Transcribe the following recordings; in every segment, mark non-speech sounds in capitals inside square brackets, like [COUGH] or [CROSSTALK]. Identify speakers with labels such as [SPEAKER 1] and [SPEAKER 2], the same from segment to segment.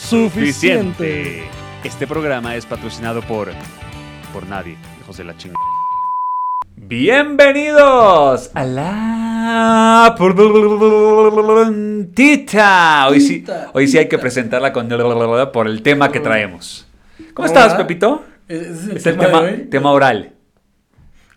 [SPEAKER 1] suficiente. Este programa es patrocinado por. por nadie, hijos de la chingada. Bienvenidos a la puntita. Hoy sí, hoy sí hay que presentarla con por el tema que traemos. ¿Cómo estás,
[SPEAKER 2] Hola.
[SPEAKER 1] Pepito?
[SPEAKER 2] Ese es el
[SPEAKER 1] Es el
[SPEAKER 2] tema,
[SPEAKER 1] tema,
[SPEAKER 2] de hoy.
[SPEAKER 1] tema oral.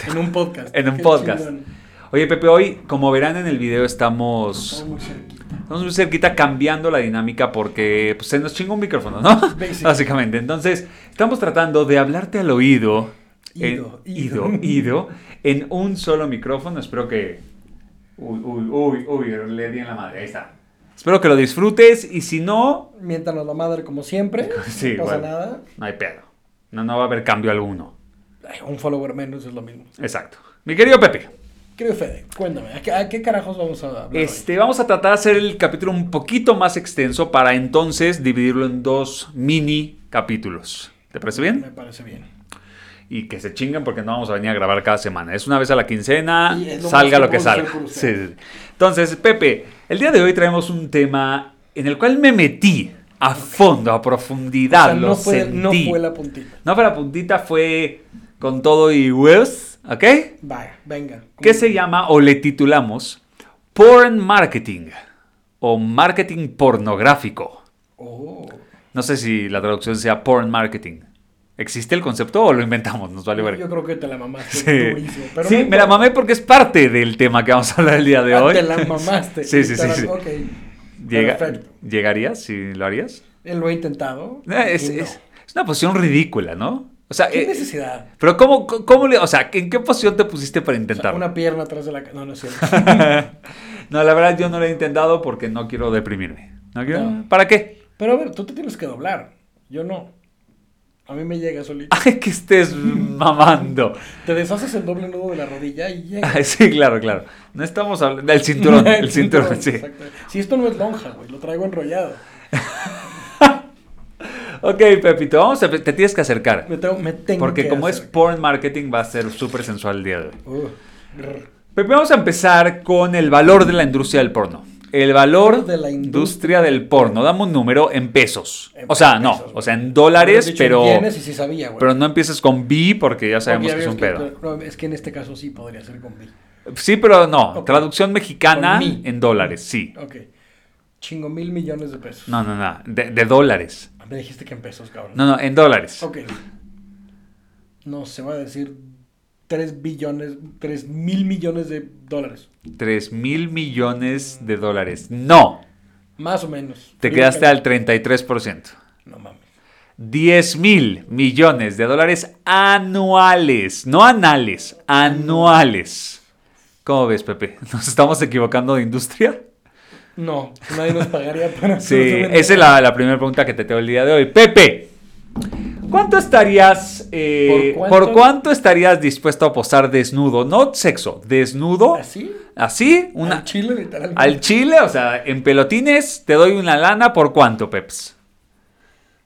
[SPEAKER 2] En un podcast.
[SPEAKER 1] En un
[SPEAKER 2] Qué
[SPEAKER 1] podcast.
[SPEAKER 2] chingón.
[SPEAKER 1] Oye, Pepe, hoy, como verán en el video, estamos,
[SPEAKER 2] Estamos muy cerquita.
[SPEAKER 1] estamos muy cerquita cambiando la dinámica porque pues, se nos chingó un micrófono,
[SPEAKER 2] [LAUGHS]
[SPEAKER 1] ¿no?
[SPEAKER 2] Basic.
[SPEAKER 1] Básicamente. Entonces, estamos tratando de hablarte al oído.
[SPEAKER 2] Ido,
[SPEAKER 1] en,
[SPEAKER 2] ido.
[SPEAKER 1] ido, ido, en un solo micrófono. Espero que. Uy, uy, uy, uy, le di en la madre. Ahí está. Espero que lo disfrutes y si no, pues
[SPEAKER 2] Miéntanos la madre como siempre.
[SPEAKER 1] [LAUGHS] Sí,
[SPEAKER 2] no pasa
[SPEAKER 1] igual.
[SPEAKER 2] nada.
[SPEAKER 1] no hay pedo. No, no va a haber cambio alguno.
[SPEAKER 2] Ay, un follower menos es lo mismo.
[SPEAKER 1] Exacto. Mi querido Pepe.
[SPEAKER 2] Creo Fede, cuéntame, ¿a qué, a qué carajos vamos a hablar?
[SPEAKER 1] Este, vamos a tratar de hacer el capítulo un poquito más extenso para entonces dividirlo en dos mini capítulos. ¿Te parece
[SPEAKER 2] hoy? Me
[SPEAKER 1] bien?
[SPEAKER 2] parece bien.
[SPEAKER 1] Y que se chingan porque no vamos a venir a grabar cada semana. Es una vez a la quincena,
[SPEAKER 2] Y es lo
[SPEAKER 1] salga lo
[SPEAKER 2] más que
[SPEAKER 1] que
[SPEAKER 2] puedo hacer
[SPEAKER 1] salga.
[SPEAKER 2] por
[SPEAKER 1] Sí,
[SPEAKER 2] ustedes.
[SPEAKER 1] sí, sí. Entonces, Pepe, el día de hoy traemos un tema en el cual me metí a fondo, a
[SPEAKER 2] O
[SPEAKER 1] profundidad.
[SPEAKER 2] sea,
[SPEAKER 1] lo
[SPEAKER 2] no, fue, no
[SPEAKER 1] sentí.
[SPEAKER 2] fue la puntita.
[SPEAKER 1] No fue la puntita, fue con todo y huevos, ¿ok?
[SPEAKER 2] Vaya, venga.
[SPEAKER 1] que se llama o le titulamos Porn Marketing o Marketing Pornográfico.
[SPEAKER 2] Oh.
[SPEAKER 1] No sé si la traducción sea Porn Marketing. ¿Existe el concepto o lo inventamos? Nos vale
[SPEAKER 2] Yo
[SPEAKER 1] ver.
[SPEAKER 2] creo que te la mamaste
[SPEAKER 1] Sí,
[SPEAKER 2] durísimo. Pero
[SPEAKER 1] Sí,
[SPEAKER 2] no
[SPEAKER 1] me la
[SPEAKER 2] importa.
[SPEAKER 1] mamé porque es parte del tema que vamos a hablar el día de
[SPEAKER 2] Ah,
[SPEAKER 1] hoy.
[SPEAKER 2] Te la mamaste.
[SPEAKER 1] Sí, sí, sí,
[SPEAKER 2] Estarás-
[SPEAKER 1] sí.
[SPEAKER 2] Ok.
[SPEAKER 1] Llega-
[SPEAKER 2] Perfecto.
[SPEAKER 1] ¿Llegarías si lo harías?
[SPEAKER 2] Eh, Lo he intentado.
[SPEAKER 1] Eh, Es,
[SPEAKER 2] y no.
[SPEAKER 1] es- es una posición ridícula, ¿no? O sea,
[SPEAKER 2] ¿Qué
[SPEAKER 1] eh,
[SPEAKER 2] necesidad?
[SPEAKER 1] pero ¿cómo, cómo le, o sea, ¿en qué posición te pusiste para
[SPEAKER 2] O sea,
[SPEAKER 1] intentarlo?
[SPEAKER 2] una pierna atrás de la ca- No, no es cierto.
[SPEAKER 1] [LAUGHS] no, la verdad yo no lo he intentado porque no quiero deprimirme. No quiero-
[SPEAKER 2] No.
[SPEAKER 1] ¿Para qué? [LAUGHS]
[SPEAKER 2] Pero a ver, tú te tienes que doblar. Yo no. A mí me llega solito.
[SPEAKER 1] Ay, que estés mamando.
[SPEAKER 2] Te deshaces el doble nudo de la rodilla y
[SPEAKER 1] [LAUGHS]
[SPEAKER 2] llega.
[SPEAKER 1] Ay, sí, claro, claro. No estamos hablando del
[SPEAKER 2] [LAUGHS]
[SPEAKER 1] cinturón, el cinturón, sí.
[SPEAKER 2] exacto. Si esto no es lonja, güey, lo traigo enrollado.
[SPEAKER 1] Ok, Pepito, vamos a- te tienes que acercar.
[SPEAKER 2] Me tengo, me tengo
[SPEAKER 1] Porque
[SPEAKER 2] que
[SPEAKER 1] como es
[SPEAKER 2] hacer.
[SPEAKER 1] porn marketing va a ser súper sensual el día de hoy.
[SPEAKER 2] Uh, grr.
[SPEAKER 1] Pepe, vamos a empezar con el valor de la industria del porno. El valor
[SPEAKER 2] De la
[SPEAKER 1] industria del porno. Dame un número en pesos.
[SPEAKER 2] En
[SPEAKER 1] O sea, no,
[SPEAKER 2] pesos,
[SPEAKER 1] o sea, en
[SPEAKER 2] Hubieras
[SPEAKER 1] dólares,
[SPEAKER 2] dicho
[SPEAKER 1] pero,
[SPEAKER 2] en yenes y sí sabía, güey.
[SPEAKER 1] pero no empieces con B porque ya sabemos
[SPEAKER 2] Porque ya
[SPEAKER 1] que es
[SPEAKER 2] ves
[SPEAKER 1] un pedo.
[SPEAKER 2] no, es que en este caso sí podría ser con B.
[SPEAKER 1] Sí, pero no.
[SPEAKER 2] Ok.
[SPEAKER 1] Traducción mexicana
[SPEAKER 2] Con mi.
[SPEAKER 1] en dólares, sí.
[SPEAKER 2] Ok. Chingo mil millones de pesos.
[SPEAKER 1] No, no, no. De, de dólares.
[SPEAKER 2] Me dijiste que en pesos, cabrón.
[SPEAKER 1] No, no, en dólares.
[SPEAKER 2] Ok. No, se va a decir 3 billones, 3 mil millones de dólares.
[SPEAKER 1] 3 mil millones de dólares. No.
[SPEAKER 2] Más o menos.
[SPEAKER 1] Te
[SPEAKER 2] Frío
[SPEAKER 1] quedaste
[SPEAKER 2] cal-
[SPEAKER 1] al 33%.
[SPEAKER 2] No mames.
[SPEAKER 1] 10 mil millones de dólares anuales. No anales, anuales. ¿Cómo ves, Pepe? [LAUGHS] ¿Nos estamos equivocando de industria?
[SPEAKER 2] No, nadie nos pagaría
[SPEAKER 1] [LAUGHS]
[SPEAKER 2] para...
[SPEAKER 1] Sí,
[SPEAKER 2] absolutamente
[SPEAKER 1] esa es
[SPEAKER 2] nada.
[SPEAKER 1] la, la primera pregunta que te tengo el día de hoy. Pepe, ¿cuánto estarías, eh,
[SPEAKER 2] ¿Por
[SPEAKER 1] ¿por,
[SPEAKER 2] cuánto?
[SPEAKER 1] cuánto? estarías dispuesto a posar desnudo? No sexo, desnudo.
[SPEAKER 2] ¿Así?
[SPEAKER 1] Así,
[SPEAKER 2] Una...
[SPEAKER 1] una,
[SPEAKER 2] Al chile, literalmente.
[SPEAKER 1] Al chile, o sea, en pelotines, te doy una lana por cuánto, Peps.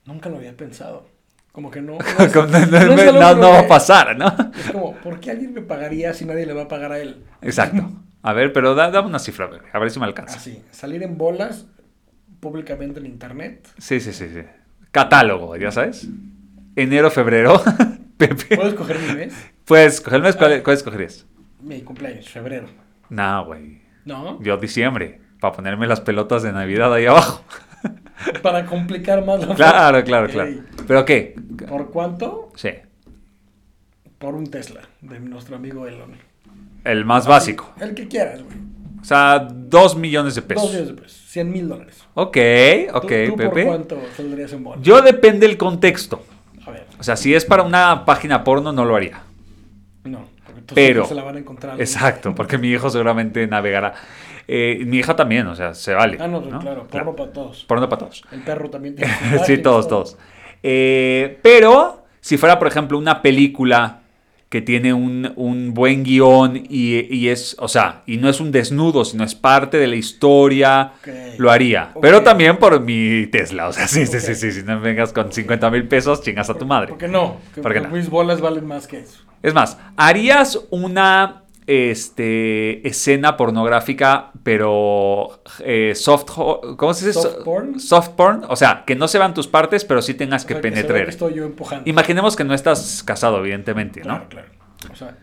[SPEAKER 2] Nunca lo había pensado. Como
[SPEAKER 1] [LAUGHS]
[SPEAKER 2] que [LAUGHS] no... No, es-
[SPEAKER 1] Con- no, no,
[SPEAKER 2] no es algo
[SPEAKER 1] no,
[SPEAKER 2] que-
[SPEAKER 1] no va a pasar, ¿no? [LAUGHS]
[SPEAKER 2] Es como, ¿por qué alguien me pagaría si nadie le va a pagar a él?
[SPEAKER 1] Exacto. A ver, pero da- dame una cifra, a ver, a ver si me alcanza.
[SPEAKER 2] Así, salir en bolas públicamente en internet.
[SPEAKER 1] Sí, sí, sí, sí. Catálogo, ya sabes. Enero, febrero, [LAUGHS] Pepe.
[SPEAKER 2] ¿Puedo escoger mi mes?
[SPEAKER 1] Puedes coger, ¿no? ¿Cuál, cuál escogerías?
[SPEAKER 2] Mi cumpleaños, febrero.
[SPEAKER 1] No, güey.
[SPEAKER 2] ¿No?
[SPEAKER 1] Yo diciembre, para ponerme las pelotas de Navidad ahí abajo. [LAUGHS]
[SPEAKER 2] Para complicar más la
[SPEAKER 1] Claro, claro, claro.
[SPEAKER 2] Ey,
[SPEAKER 1] ¿Pero qué?
[SPEAKER 2] ¿Por cuánto?
[SPEAKER 1] Sí.
[SPEAKER 2] Por un Tesla de nuestro amigo Elon.
[SPEAKER 1] El más básico.
[SPEAKER 2] El que quieras, güey.
[SPEAKER 1] O sea, dos millones de
[SPEAKER 2] Dos
[SPEAKER 1] pesos.
[SPEAKER 2] millones de pesos. 100 mil dólares.
[SPEAKER 1] Ok, Pues ok,
[SPEAKER 2] ¿Tú- tú
[SPEAKER 1] Pepe.
[SPEAKER 2] ¿Por cuánto saldrías en bola?
[SPEAKER 1] Yo depende el contexto.
[SPEAKER 2] A ver,
[SPEAKER 1] O sea, si es para una página porno, no lo haría.
[SPEAKER 2] no. Porque tus
[SPEAKER 1] Pero-
[SPEAKER 2] hijos se la van a encontrar.
[SPEAKER 1] Exacto, porque mi hijo seguramente navegará. Eh, mi hija también, o sea, se vale.
[SPEAKER 2] Ah, no,
[SPEAKER 1] ¿no?
[SPEAKER 2] claro, porno para todos.
[SPEAKER 1] Porno para todos.
[SPEAKER 2] El
[SPEAKER 1] [LAUGHS]
[SPEAKER 2] perro también tiene.
[SPEAKER 1] sí, todos, todos. Eh, pero si fuera, por ejemplo, una película que tiene un, un buen guión y, y es, o sea, y no es un desnudo, sino es parte de la historia,
[SPEAKER 2] Ok.
[SPEAKER 1] lo haría.
[SPEAKER 2] Ok.
[SPEAKER 1] Pero también por mi Tesla, o sea, sí, sí,
[SPEAKER 2] Ok.
[SPEAKER 1] sí, sí, si no me vengas con 50 mil pesos, chingas a tu madre.
[SPEAKER 2] ¿Por qué no? Que
[SPEAKER 1] ¿Por qué no?
[SPEAKER 2] mis bolas valen más que eso.
[SPEAKER 1] Es más, ¿harías una este, escena pornográfica, pero eh, soft... ho- ¿Cómo se dice?
[SPEAKER 2] ¿Soft porn?
[SPEAKER 1] Soft porn. O sea, que no se vean tus partes, pero sí tengas
[SPEAKER 2] O
[SPEAKER 1] que
[SPEAKER 2] sea, se vea
[SPEAKER 1] penetrar.
[SPEAKER 2] que estoy yo empujando.
[SPEAKER 1] Imaginemos que no estás casado, evidentemente, ¿no?
[SPEAKER 2] Claro, claro. O sea,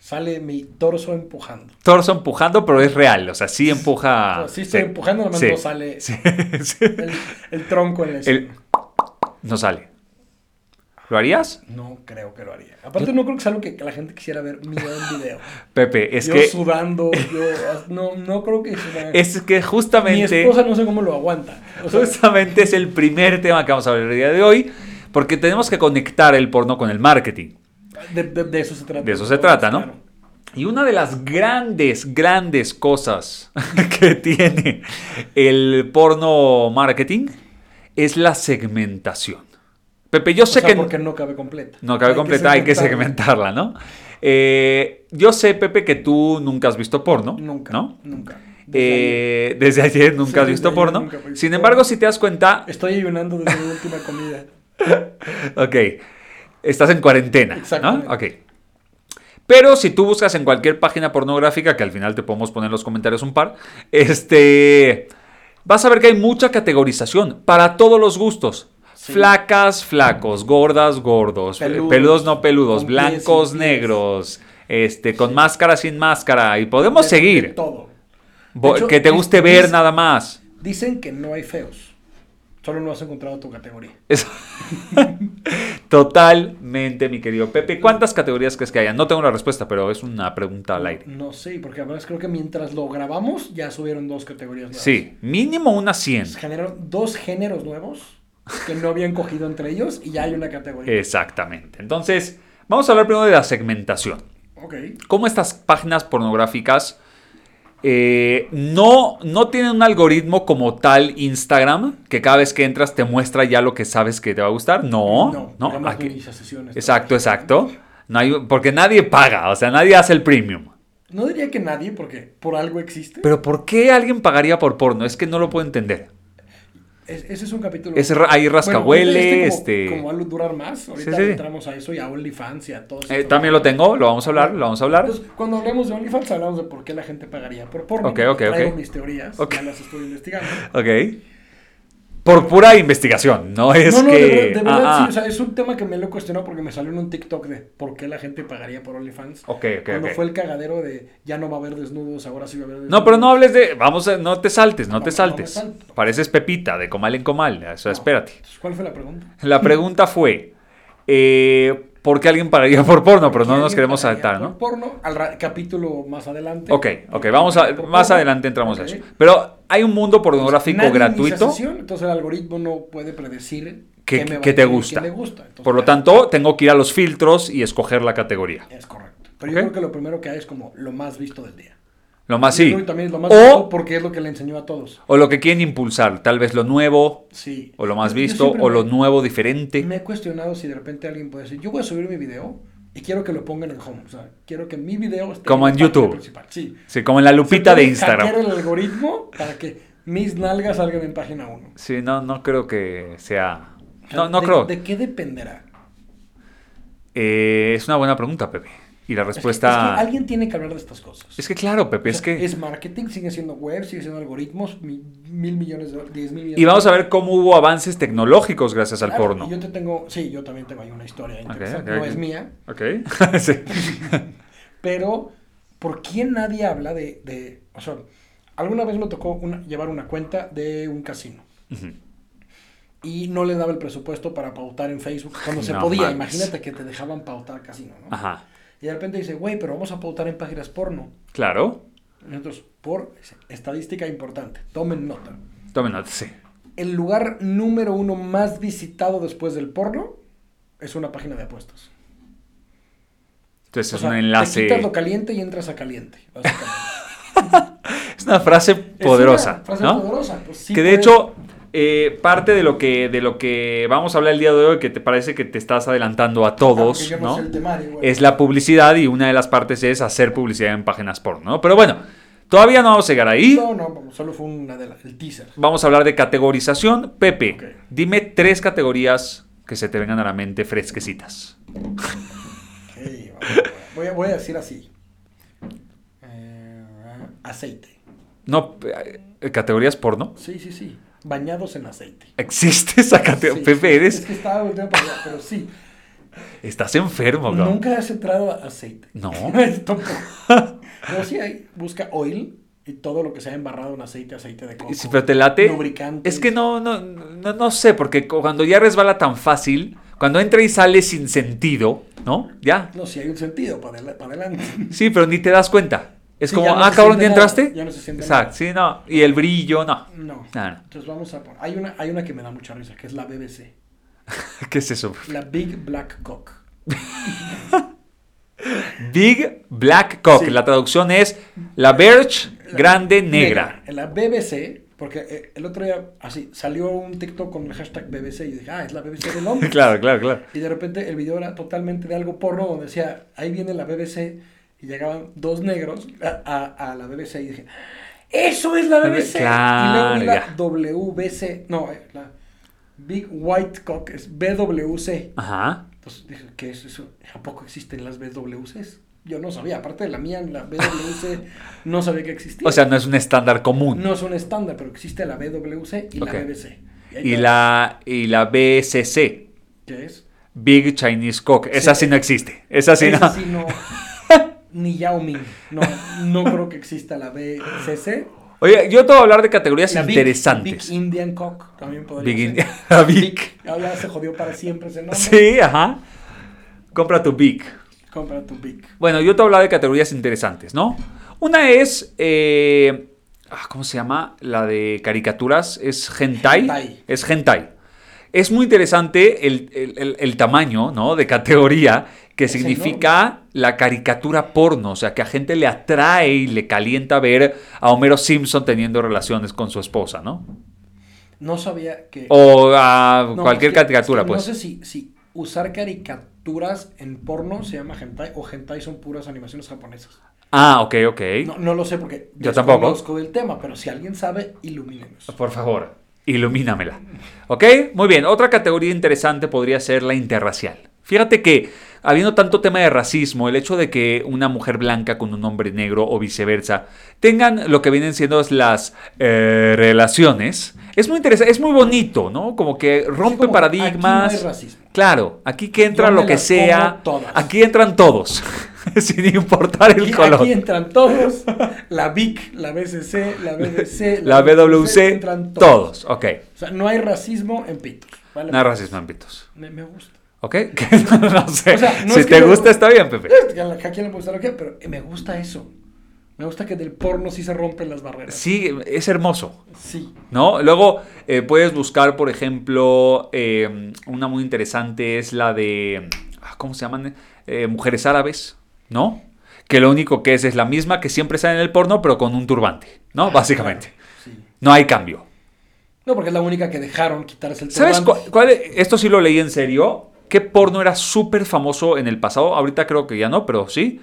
[SPEAKER 2] sale mi torso empujando.
[SPEAKER 1] Torso empujando, pero es real. O sea, sí
[SPEAKER 2] O
[SPEAKER 1] empuja...
[SPEAKER 2] sea, sí estoy
[SPEAKER 1] sí.
[SPEAKER 2] empujando, nomás
[SPEAKER 1] Sí.
[SPEAKER 2] no
[SPEAKER 1] [LAUGHS]
[SPEAKER 2] sale
[SPEAKER 1] Sí, sí.
[SPEAKER 2] el, el tronco en la
[SPEAKER 1] El-
[SPEAKER 2] escena.
[SPEAKER 1] No sale. ¿Lo harías?
[SPEAKER 2] No creo que lo haría. Aparte, no creo que sea algo que la gente quisiera ver mío en video.
[SPEAKER 1] Pepe, es
[SPEAKER 2] yo
[SPEAKER 1] que...
[SPEAKER 2] sudando,
[SPEAKER 1] [LAUGHS]
[SPEAKER 2] yo. No, no creo que sea.
[SPEAKER 1] Es que
[SPEAKER 2] Mi
[SPEAKER 1] justamente...
[SPEAKER 2] esposa no sé cómo lo aguanta. O sea,
[SPEAKER 1] Justamente es el primer tema que vamos a hablar el día de hoy, porque tenemos que conectar el porno con el marketing.
[SPEAKER 2] de, de- de eso se trata.
[SPEAKER 1] De eso se trata, ¿no?
[SPEAKER 2] Claro.
[SPEAKER 1] Y una de las grandes, grandes cosas [LAUGHS] que tiene el porno marketing es la segmentación. Pepe, yo
[SPEAKER 2] O
[SPEAKER 1] sé
[SPEAKER 2] sea,
[SPEAKER 1] que...
[SPEAKER 2] porque no cabe completa.
[SPEAKER 1] No cabe completar, hay que segmentarla, ¿no? Eh, yo sé, Pepe, que tú nunca has visto porno.
[SPEAKER 2] Nunca.
[SPEAKER 1] ¿no?
[SPEAKER 2] Nunca. Desde
[SPEAKER 1] Eh, desde ayer nunca
[SPEAKER 2] Sí,
[SPEAKER 1] has
[SPEAKER 2] desde
[SPEAKER 1] visto
[SPEAKER 2] ayer
[SPEAKER 1] porno.
[SPEAKER 2] nunca he visto
[SPEAKER 1] Sin
[SPEAKER 2] porno.
[SPEAKER 1] embargo, si te das cuenta,
[SPEAKER 2] ahí. Estoy ayunando desde mi última comida.
[SPEAKER 1] Ok. Estás en cuarentena, ¿no?
[SPEAKER 2] Exactamente.
[SPEAKER 1] Ok. Pero si tú buscas en cualquier página pornográfica, que al final te podemos poner en los comentarios un par, este. Vas a ver que hay mucha categorización para todos los gustos.
[SPEAKER 2] Sí.
[SPEAKER 1] Flacas, flacos, gordas, gordos, eh, peludos,
[SPEAKER 2] Peludos,
[SPEAKER 1] no peludos,
[SPEAKER 2] con pies, sin
[SPEAKER 1] blancos,
[SPEAKER 2] pies.
[SPEAKER 1] negros, este, con máscara, sin máscara, y podemos
[SPEAKER 2] De-
[SPEAKER 1] seguir.
[SPEAKER 2] de todo.
[SPEAKER 1] Bo-
[SPEAKER 2] De hecho,
[SPEAKER 1] que te
[SPEAKER 2] es-
[SPEAKER 1] guste ver
[SPEAKER 2] es-
[SPEAKER 1] nada más.
[SPEAKER 2] Dicen que no hay feos. Solo no has encontrado tu categoría.
[SPEAKER 1] Eso. [LAUGHS] Totalmente, mi querido Pepe. ¿Cuántas categorías crees que haya? No tengo la respuesta, pero es una pregunta al aire.
[SPEAKER 2] No sé, porque además creo que mientras lo grabamos ya subieron dos categorías nuevas.
[SPEAKER 1] Sí, mínimo unas 100.
[SPEAKER 2] Se generaron dos géneros nuevos que no habían cogido entre ellos y ya hay una categoría.
[SPEAKER 1] Exactamente. Entonces, vamos a hablar primero de la segmentación.
[SPEAKER 2] Ok.
[SPEAKER 1] Cómo estas páginas pornográficas eh, no, no tienen un algoritmo como tal Instagram, que cada vez que entras te muestra ya lo que sabes que te va a gustar. No, no.
[SPEAKER 2] programas
[SPEAKER 1] aquí-
[SPEAKER 2] de iniciación, esto.
[SPEAKER 1] Exacto, exacto. No hay, porque nadie paga, o sea, nadie hace el premium.
[SPEAKER 2] No diría que nadie, porque por algo existe.
[SPEAKER 1] Pero ¿por qué alguien pagaría por porno? Es que no lo puedo entender.
[SPEAKER 2] Es- ese es un capítulo.
[SPEAKER 1] Es ra- ahí rascahuele,
[SPEAKER 2] ahorita
[SPEAKER 1] este-
[SPEAKER 2] pues, Como, como va a durar más, ahorita
[SPEAKER 1] Sí, sí, sí.
[SPEAKER 2] entramos a eso y a OnlyFans y a todos.
[SPEAKER 1] Eh, también lo tengo, lo vamos a hablar, lo vamos a hablar.
[SPEAKER 2] Entonces, cuando hablemos de OnlyFans, hablamos de por qué la gente pagaría por porno.
[SPEAKER 1] Ok, ok,
[SPEAKER 2] Traigo
[SPEAKER 1] ok.
[SPEAKER 2] mis teorías,
[SPEAKER 1] Ok.
[SPEAKER 2] ya las estoy investigando.
[SPEAKER 1] Ok. Por pura investigación, no es
[SPEAKER 2] no, no,
[SPEAKER 1] que...
[SPEAKER 2] de verdad, de verdad
[SPEAKER 1] Ah,
[SPEAKER 2] sí,
[SPEAKER 1] ah.
[SPEAKER 2] o sea, es un tema que me lo he cuestionado porque me salió en un TikTok de por qué la gente pagaría por OnlyFans.
[SPEAKER 1] Ok, ok,
[SPEAKER 2] Cuando
[SPEAKER 1] ok.
[SPEAKER 2] fue el cagadero de ya no va a haber desnudos, ahora sí va a haber desnudos.
[SPEAKER 1] No, pero no hables de... Vamos, a- no te saltes, no
[SPEAKER 2] No,
[SPEAKER 1] te
[SPEAKER 2] no
[SPEAKER 1] saltes.
[SPEAKER 2] me salto.
[SPEAKER 1] Pareces Pepita, de comal en comal, o sea, espérate.
[SPEAKER 2] Entonces, ¿Cuál fue la pregunta? [LAUGHS]
[SPEAKER 1] La pregunta fue, eh, ¿por qué alguien pagaría por porno? Pero no
[SPEAKER 2] ¿Quién
[SPEAKER 1] nos queremos
[SPEAKER 2] pagaría
[SPEAKER 1] saltar,
[SPEAKER 2] por
[SPEAKER 1] ¿no?
[SPEAKER 2] Porno, al ra- capítulo más adelante.
[SPEAKER 1] Ok, ok,
[SPEAKER 2] Porque
[SPEAKER 1] vamos a...
[SPEAKER 2] por
[SPEAKER 1] Más
[SPEAKER 2] porno,
[SPEAKER 1] adelante entramos a
[SPEAKER 2] ok.
[SPEAKER 1] eso. Pero hay un mundo pornográfico
[SPEAKER 2] Nadie inicia
[SPEAKER 1] gratuito.
[SPEAKER 2] sesión, entonces el algoritmo no puede predecir
[SPEAKER 1] que,
[SPEAKER 2] qué me va
[SPEAKER 1] que
[SPEAKER 2] a
[SPEAKER 1] te
[SPEAKER 2] decir y
[SPEAKER 1] gusta.
[SPEAKER 2] qué le gusta. Entonces,
[SPEAKER 1] Por lo
[SPEAKER 2] claro,
[SPEAKER 1] tanto, tengo que ir a los filtros y escoger la categoría.
[SPEAKER 2] Es correcto. Pero
[SPEAKER 1] Ok.
[SPEAKER 2] yo creo que lo primero que hay es como lo más visto del día.
[SPEAKER 1] Lo más
[SPEAKER 2] Yo
[SPEAKER 1] sí.
[SPEAKER 2] creo que también es lo más visto
[SPEAKER 1] o,
[SPEAKER 2] porque es lo que le enseñó a todos.
[SPEAKER 1] o lo que quieren impulsar, tal vez lo nuevo,
[SPEAKER 2] Sí.
[SPEAKER 1] o lo más
[SPEAKER 2] Yo- yo
[SPEAKER 1] visto,
[SPEAKER 2] siempre
[SPEAKER 1] o
[SPEAKER 2] me-
[SPEAKER 1] lo nuevo diferente.
[SPEAKER 2] Me he cuestionado si de repente alguien puede decir, yo voy a subir mi video y quiero que lo pongan en home. O sea, quiero que mi video esté
[SPEAKER 1] Como
[SPEAKER 2] la
[SPEAKER 1] en
[SPEAKER 2] página
[SPEAKER 1] YouTube.
[SPEAKER 2] principal. Sí.
[SPEAKER 1] Sí, como en la lupita
[SPEAKER 2] Se
[SPEAKER 1] de
[SPEAKER 2] puede
[SPEAKER 1] Instagram.
[SPEAKER 2] hackear el algoritmo para que mis nalgas salgan en página 1.
[SPEAKER 1] Sí, no, no creo que sea. No, no creo.
[SPEAKER 2] ¿De qué dependerá?
[SPEAKER 1] Eh, es una buena pregunta, Pepe. Y la
[SPEAKER 2] Es que-
[SPEAKER 1] respuesta.
[SPEAKER 2] es que alguien tiene que hablar de estas cosas.
[SPEAKER 1] Es que claro, Pepe,
[SPEAKER 2] O
[SPEAKER 1] es
[SPEAKER 2] sea,
[SPEAKER 1] que.
[SPEAKER 2] Es marketing, sigue siendo web, sigue siendo algoritmos, mi- mil millones de dólares, diez mil millones
[SPEAKER 1] Y vamos
[SPEAKER 2] de
[SPEAKER 1] a ver cómo hubo avances tecnológicos gracias al
[SPEAKER 2] dólares. Claro,
[SPEAKER 1] porno.
[SPEAKER 2] y Yo te tengo, sí, yo también tengo ahí una historia interesante.
[SPEAKER 1] ok,
[SPEAKER 2] no
[SPEAKER 1] ok.
[SPEAKER 2] es mía, [LAUGHS]
[SPEAKER 1] Ok. Sí.
[SPEAKER 2] pero ¿por qué nadie habla de, de- O sea, alguna vez me tocó una- llevar una cuenta de un casino
[SPEAKER 1] Ujú.
[SPEAKER 2] y no le daba el presupuesto para pautar en Facebook cuando se
[SPEAKER 1] No Ah.
[SPEAKER 2] podía.
[SPEAKER 1] mames.
[SPEAKER 2] Imagínate que te dejaban pautar casino, ¿no?
[SPEAKER 1] [LAUGHS] Ajá.
[SPEAKER 2] Y de repente dice, güey, pero vamos a pautar en páginas porno.
[SPEAKER 1] Claro.
[SPEAKER 2] Nosotros, por estadística importante, tomen nota.
[SPEAKER 1] Tomen nota, sí.
[SPEAKER 2] el lugar número uno más visitado después del porno es una página de apuestas.
[SPEAKER 1] Entonces
[SPEAKER 2] O
[SPEAKER 1] es
[SPEAKER 2] sea,
[SPEAKER 1] un enlace.
[SPEAKER 2] Te quitas lo caliente y entras a caliente. básicamente.
[SPEAKER 1] es una frase [LAUGHS]
[SPEAKER 2] Es
[SPEAKER 1] poderosa.
[SPEAKER 2] una frase
[SPEAKER 1] ¿no?
[SPEAKER 2] poderosa. pues sí
[SPEAKER 1] que de
[SPEAKER 2] puede-
[SPEAKER 1] hecho, eh, parte de lo, que, de lo que vamos a hablar el día de hoy, que te parece que te estás adelantando a
[SPEAKER 2] Ah, porque
[SPEAKER 1] todos,
[SPEAKER 2] yo no
[SPEAKER 1] ¿no?
[SPEAKER 2] sé el temario, güey.
[SPEAKER 1] es la publicidad y una de las partes es hacer publicidad en páginas porno, ¿no? Pero bueno, todavía no vamos a llegar ahí.
[SPEAKER 2] No, no, solo fue una de la- el teaser.
[SPEAKER 1] Vamos a hablar de categorización. Pepe,
[SPEAKER 2] Ok.
[SPEAKER 1] dime tres categorías que se te vengan a la mente fresquecitas.
[SPEAKER 2] Ey, vamos,
[SPEAKER 1] [LAUGHS]
[SPEAKER 2] güey. voy, a, voy a decir así. Eh, aceite.
[SPEAKER 1] No, eh, categorías porno.
[SPEAKER 2] Sí, sí, sí. Bañados en aceite.
[SPEAKER 1] ¿Existe esa
[SPEAKER 2] [LAUGHS]
[SPEAKER 1] categoría?
[SPEAKER 2] Sí,
[SPEAKER 1] Pepe,
[SPEAKER 2] sí,
[SPEAKER 1] eres...
[SPEAKER 2] Es que estaba volteando para allá, pero sí.
[SPEAKER 1] Estás enfermo, bro.
[SPEAKER 2] Nunca has entrado a aceite.
[SPEAKER 1] Oh,
[SPEAKER 2] [LAUGHS]
[SPEAKER 1] No.
[SPEAKER 2] Tampoco.
[SPEAKER 1] [LAUGHS]
[SPEAKER 2] pero sí, ahí busca oil y todo lo que sea embarrado en aceite, aceite de coco.
[SPEAKER 1] Sí, pero te late.
[SPEAKER 2] Lubricantes.
[SPEAKER 1] Es que no, no, no, no sé, porque co- cuando ya resbala tan fácil, cuando entra y sale sin sentido, ¿no? Ya.
[SPEAKER 2] No, sí hay un sentido, para, adela- para adelante.
[SPEAKER 1] Sí, pero ni te das cuenta. Es
[SPEAKER 2] Sí,
[SPEAKER 1] como,
[SPEAKER 2] ya no
[SPEAKER 1] ah,
[SPEAKER 2] se
[SPEAKER 1] cabrón, ¿ya
[SPEAKER 2] siente nada,
[SPEAKER 1] entraste?
[SPEAKER 2] ya no se siente
[SPEAKER 1] Exacto, sí, no. Y el brillo, no.
[SPEAKER 2] [LAUGHS]
[SPEAKER 1] [LAUGHS]
[SPEAKER 2] No.
[SPEAKER 1] No, no.
[SPEAKER 2] Entonces vamos a poner. Hay una, hay una que me da mucha risa, que es la BBC.
[SPEAKER 1] ¿Qué es eso?
[SPEAKER 2] La Big Black Cock.
[SPEAKER 1] Big Black Cock.
[SPEAKER 2] Sí.
[SPEAKER 1] La traducción es la Birch Grande Negra.
[SPEAKER 2] En la BBC, porque eh, el otro día, así, salió un TikTok con el hashtag BBC y yo dije, ah, es la BBC del hombre.
[SPEAKER 1] [LAUGHS] Claro, claro, claro.
[SPEAKER 2] Y de repente el video era totalmente de algo porno donde decía, ahí viene la BBC y llegaban dos negros a, a- a la BBC y dije, eso es la BBC. y
[SPEAKER 1] [LAUGHS] Claro, ya.
[SPEAKER 2] luego la WBC, no, eh, la Big White Cock es BWC.
[SPEAKER 1] Ajá.
[SPEAKER 2] Entonces dije, ¿qué es eso? ¿A poco existen las BWCs? Yo no sabía, aparte de la mía,
[SPEAKER 1] [LAUGHS]
[SPEAKER 2] la BWC no sabía que existía.
[SPEAKER 1] O sea, no es un estándar común.
[SPEAKER 2] No es un estándar, pero existe la BWC y
[SPEAKER 1] Ok.
[SPEAKER 2] la BBC. ahí
[SPEAKER 1] Y
[SPEAKER 2] está,
[SPEAKER 1] la, y la BCC.
[SPEAKER 2] ¿Qué es?
[SPEAKER 1] Big Chinese Cock. Esa sí,
[SPEAKER 2] Sí.
[SPEAKER 1] no existe. Esa sí
[SPEAKER 2] Esa
[SPEAKER 1] no.
[SPEAKER 2] sí no. Ni Yao Ming. No, no creo que exista la BCC.
[SPEAKER 1] Oye, yo te voy a hablar de categorías
[SPEAKER 2] La Big-
[SPEAKER 1] interesantes.
[SPEAKER 2] Big Indian Cock también podría
[SPEAKER 1] Big
[SPEAKER 2] ser.
[SPEAKER 1] Indian- [LAUGHS] la Big.
[SPEAKER 2] Ahora se jodió para siempre ese nombre.
[SPEAKER 1] Sí, ajá. Compra tu Big.
[SPEAKER 2] Compra tu Big.
[SPEAKER 1] Bueno, yo te voy a hablar de categorías interesantes, ¿no? Una es. eh, ah, ¿Cómo se llama? La de caricaturas. Es hentai.
[SPEAKER 2] Hentai.
[SPEAKER 1] Es hentai. Es muy interesante el, el- el- el tamaño, ¿no? De categoría, que
[SPEAKER 2] Es
[SPEAKER 1] significa la caricatura porno. O sea, que a gente le atrae y le calienta ver a Homero Simpson teniendo relaciones con su esposa, ¿no?
[SPEAKER 2] No sabía que.
[SPEAKER 1] O a
[SPEAKER 2] Eh, No,
[SPEAKER 1] cualquier
[SPEAKER 2] es que-
[SPEAKER 1] caricatura,
[SPEAKER 2] es que
[SPEAKER 1] pues.
[SPEAKER 2] No sé si, si usar caricaturas en porno se llama hentai o hentai son puras animaciones japonesas.
[SPEAKER 1] Ah, ok, ok.
[SPEAKER 2] No, no lo sé porque
[SPEAKER 1] Yo tampoco.
[SPEAKER 2] desconozco del tema, pero si alguien sabe, ilumínenos.
[SPEAKER 1] Por favor, ilumínamela. ¿Ok? Muy bien. Otra categoría interesante podría ser la interracial. Fíjate que, habiendo tanto tema de racismo, el hecho de que una mujer blanca con un hombre negro o viceversa tengan lo que vienen siendo las eh, relaciones, es muy interesante, es muy bonito, ¿no? Como que rompe
[SPEAKER 2] como que aquí no hay
[SPEAKER 1] paradigmas.
[SPEAKER 2] racismo.
[SPEAKER 1] Claro, aquí que entra
[SPEAKER 2] Yo me
[SPEAKER 1] lo que
[SPEAKER 2] las
[SPEAKER 1] sea.
[SPEAKER 2] como todas.
[SPEAKER 1] Aquí entran todos, [LAUGHS] sin importar [LAUGHS] el
[SPEAKER 2] Aquí,
[SPEAKER 1] color.
[SPEAKER 2] aquí entran todos, la VIC, la BCC, la
[SPEAKER 1] [LAUGHS]
[SPEAKER 2] BBC,
[SPEAKER 1] la BWC,
[SPEAKER 2] entran todos.
[SPEAKER 1] todos. Ok,
[SPEAKER 2] O sea, no hay racismo en pitos. ¿vale?
[SPEAKER 1] no hay racismo en pitos.
[SPEAKER 2] Me, me gusta.
[SPEAKER 1] ¿Ok? [LAUGHS] Que no, no sé.
[SPEAKER 2] O sea, no
[SPEAKER 1] si
[SPEAKER 2] es que
[SPEAKER 1] te
[SPEAKER 2] no-
[SPEAKER 1] gusta, está bien, Pepe.
[SPEAKER 2] Es que A la- a quién le puede gustar o qué, pero eh, me gusta eso. Me gusta que del porno sí se rompen las barreras.
[SPEAKER 1] Sí, es hermoso,
[SPEAKER 2] Sí.
[SPEAKER 1] ¿no? Luego eh, puedes buscar, por ejemplo, eh, una muy interesante es la de. ah, ¿Cómo se llaman? Eh, mujeres árabes, ¿no? Que lo único que es es la misma que siempre sale en el porno, pero con un turbante, ¿no? Básicamente.
[SPEAKER 2] Sí.
[SPEAKER 1] No hay cambio.
[SPEAKER 2] No, porque es la única que dejaron quitarse el
[SPEAKER 1] ¿Sabes cu-
[SPEAKER 2] turbante.
[SPEAKER 1] cuál? e-, Esto sí lo leí en serio. ¿Qué porno era súper famoso en el pasado? Ahorita creo que ya no, pero sí.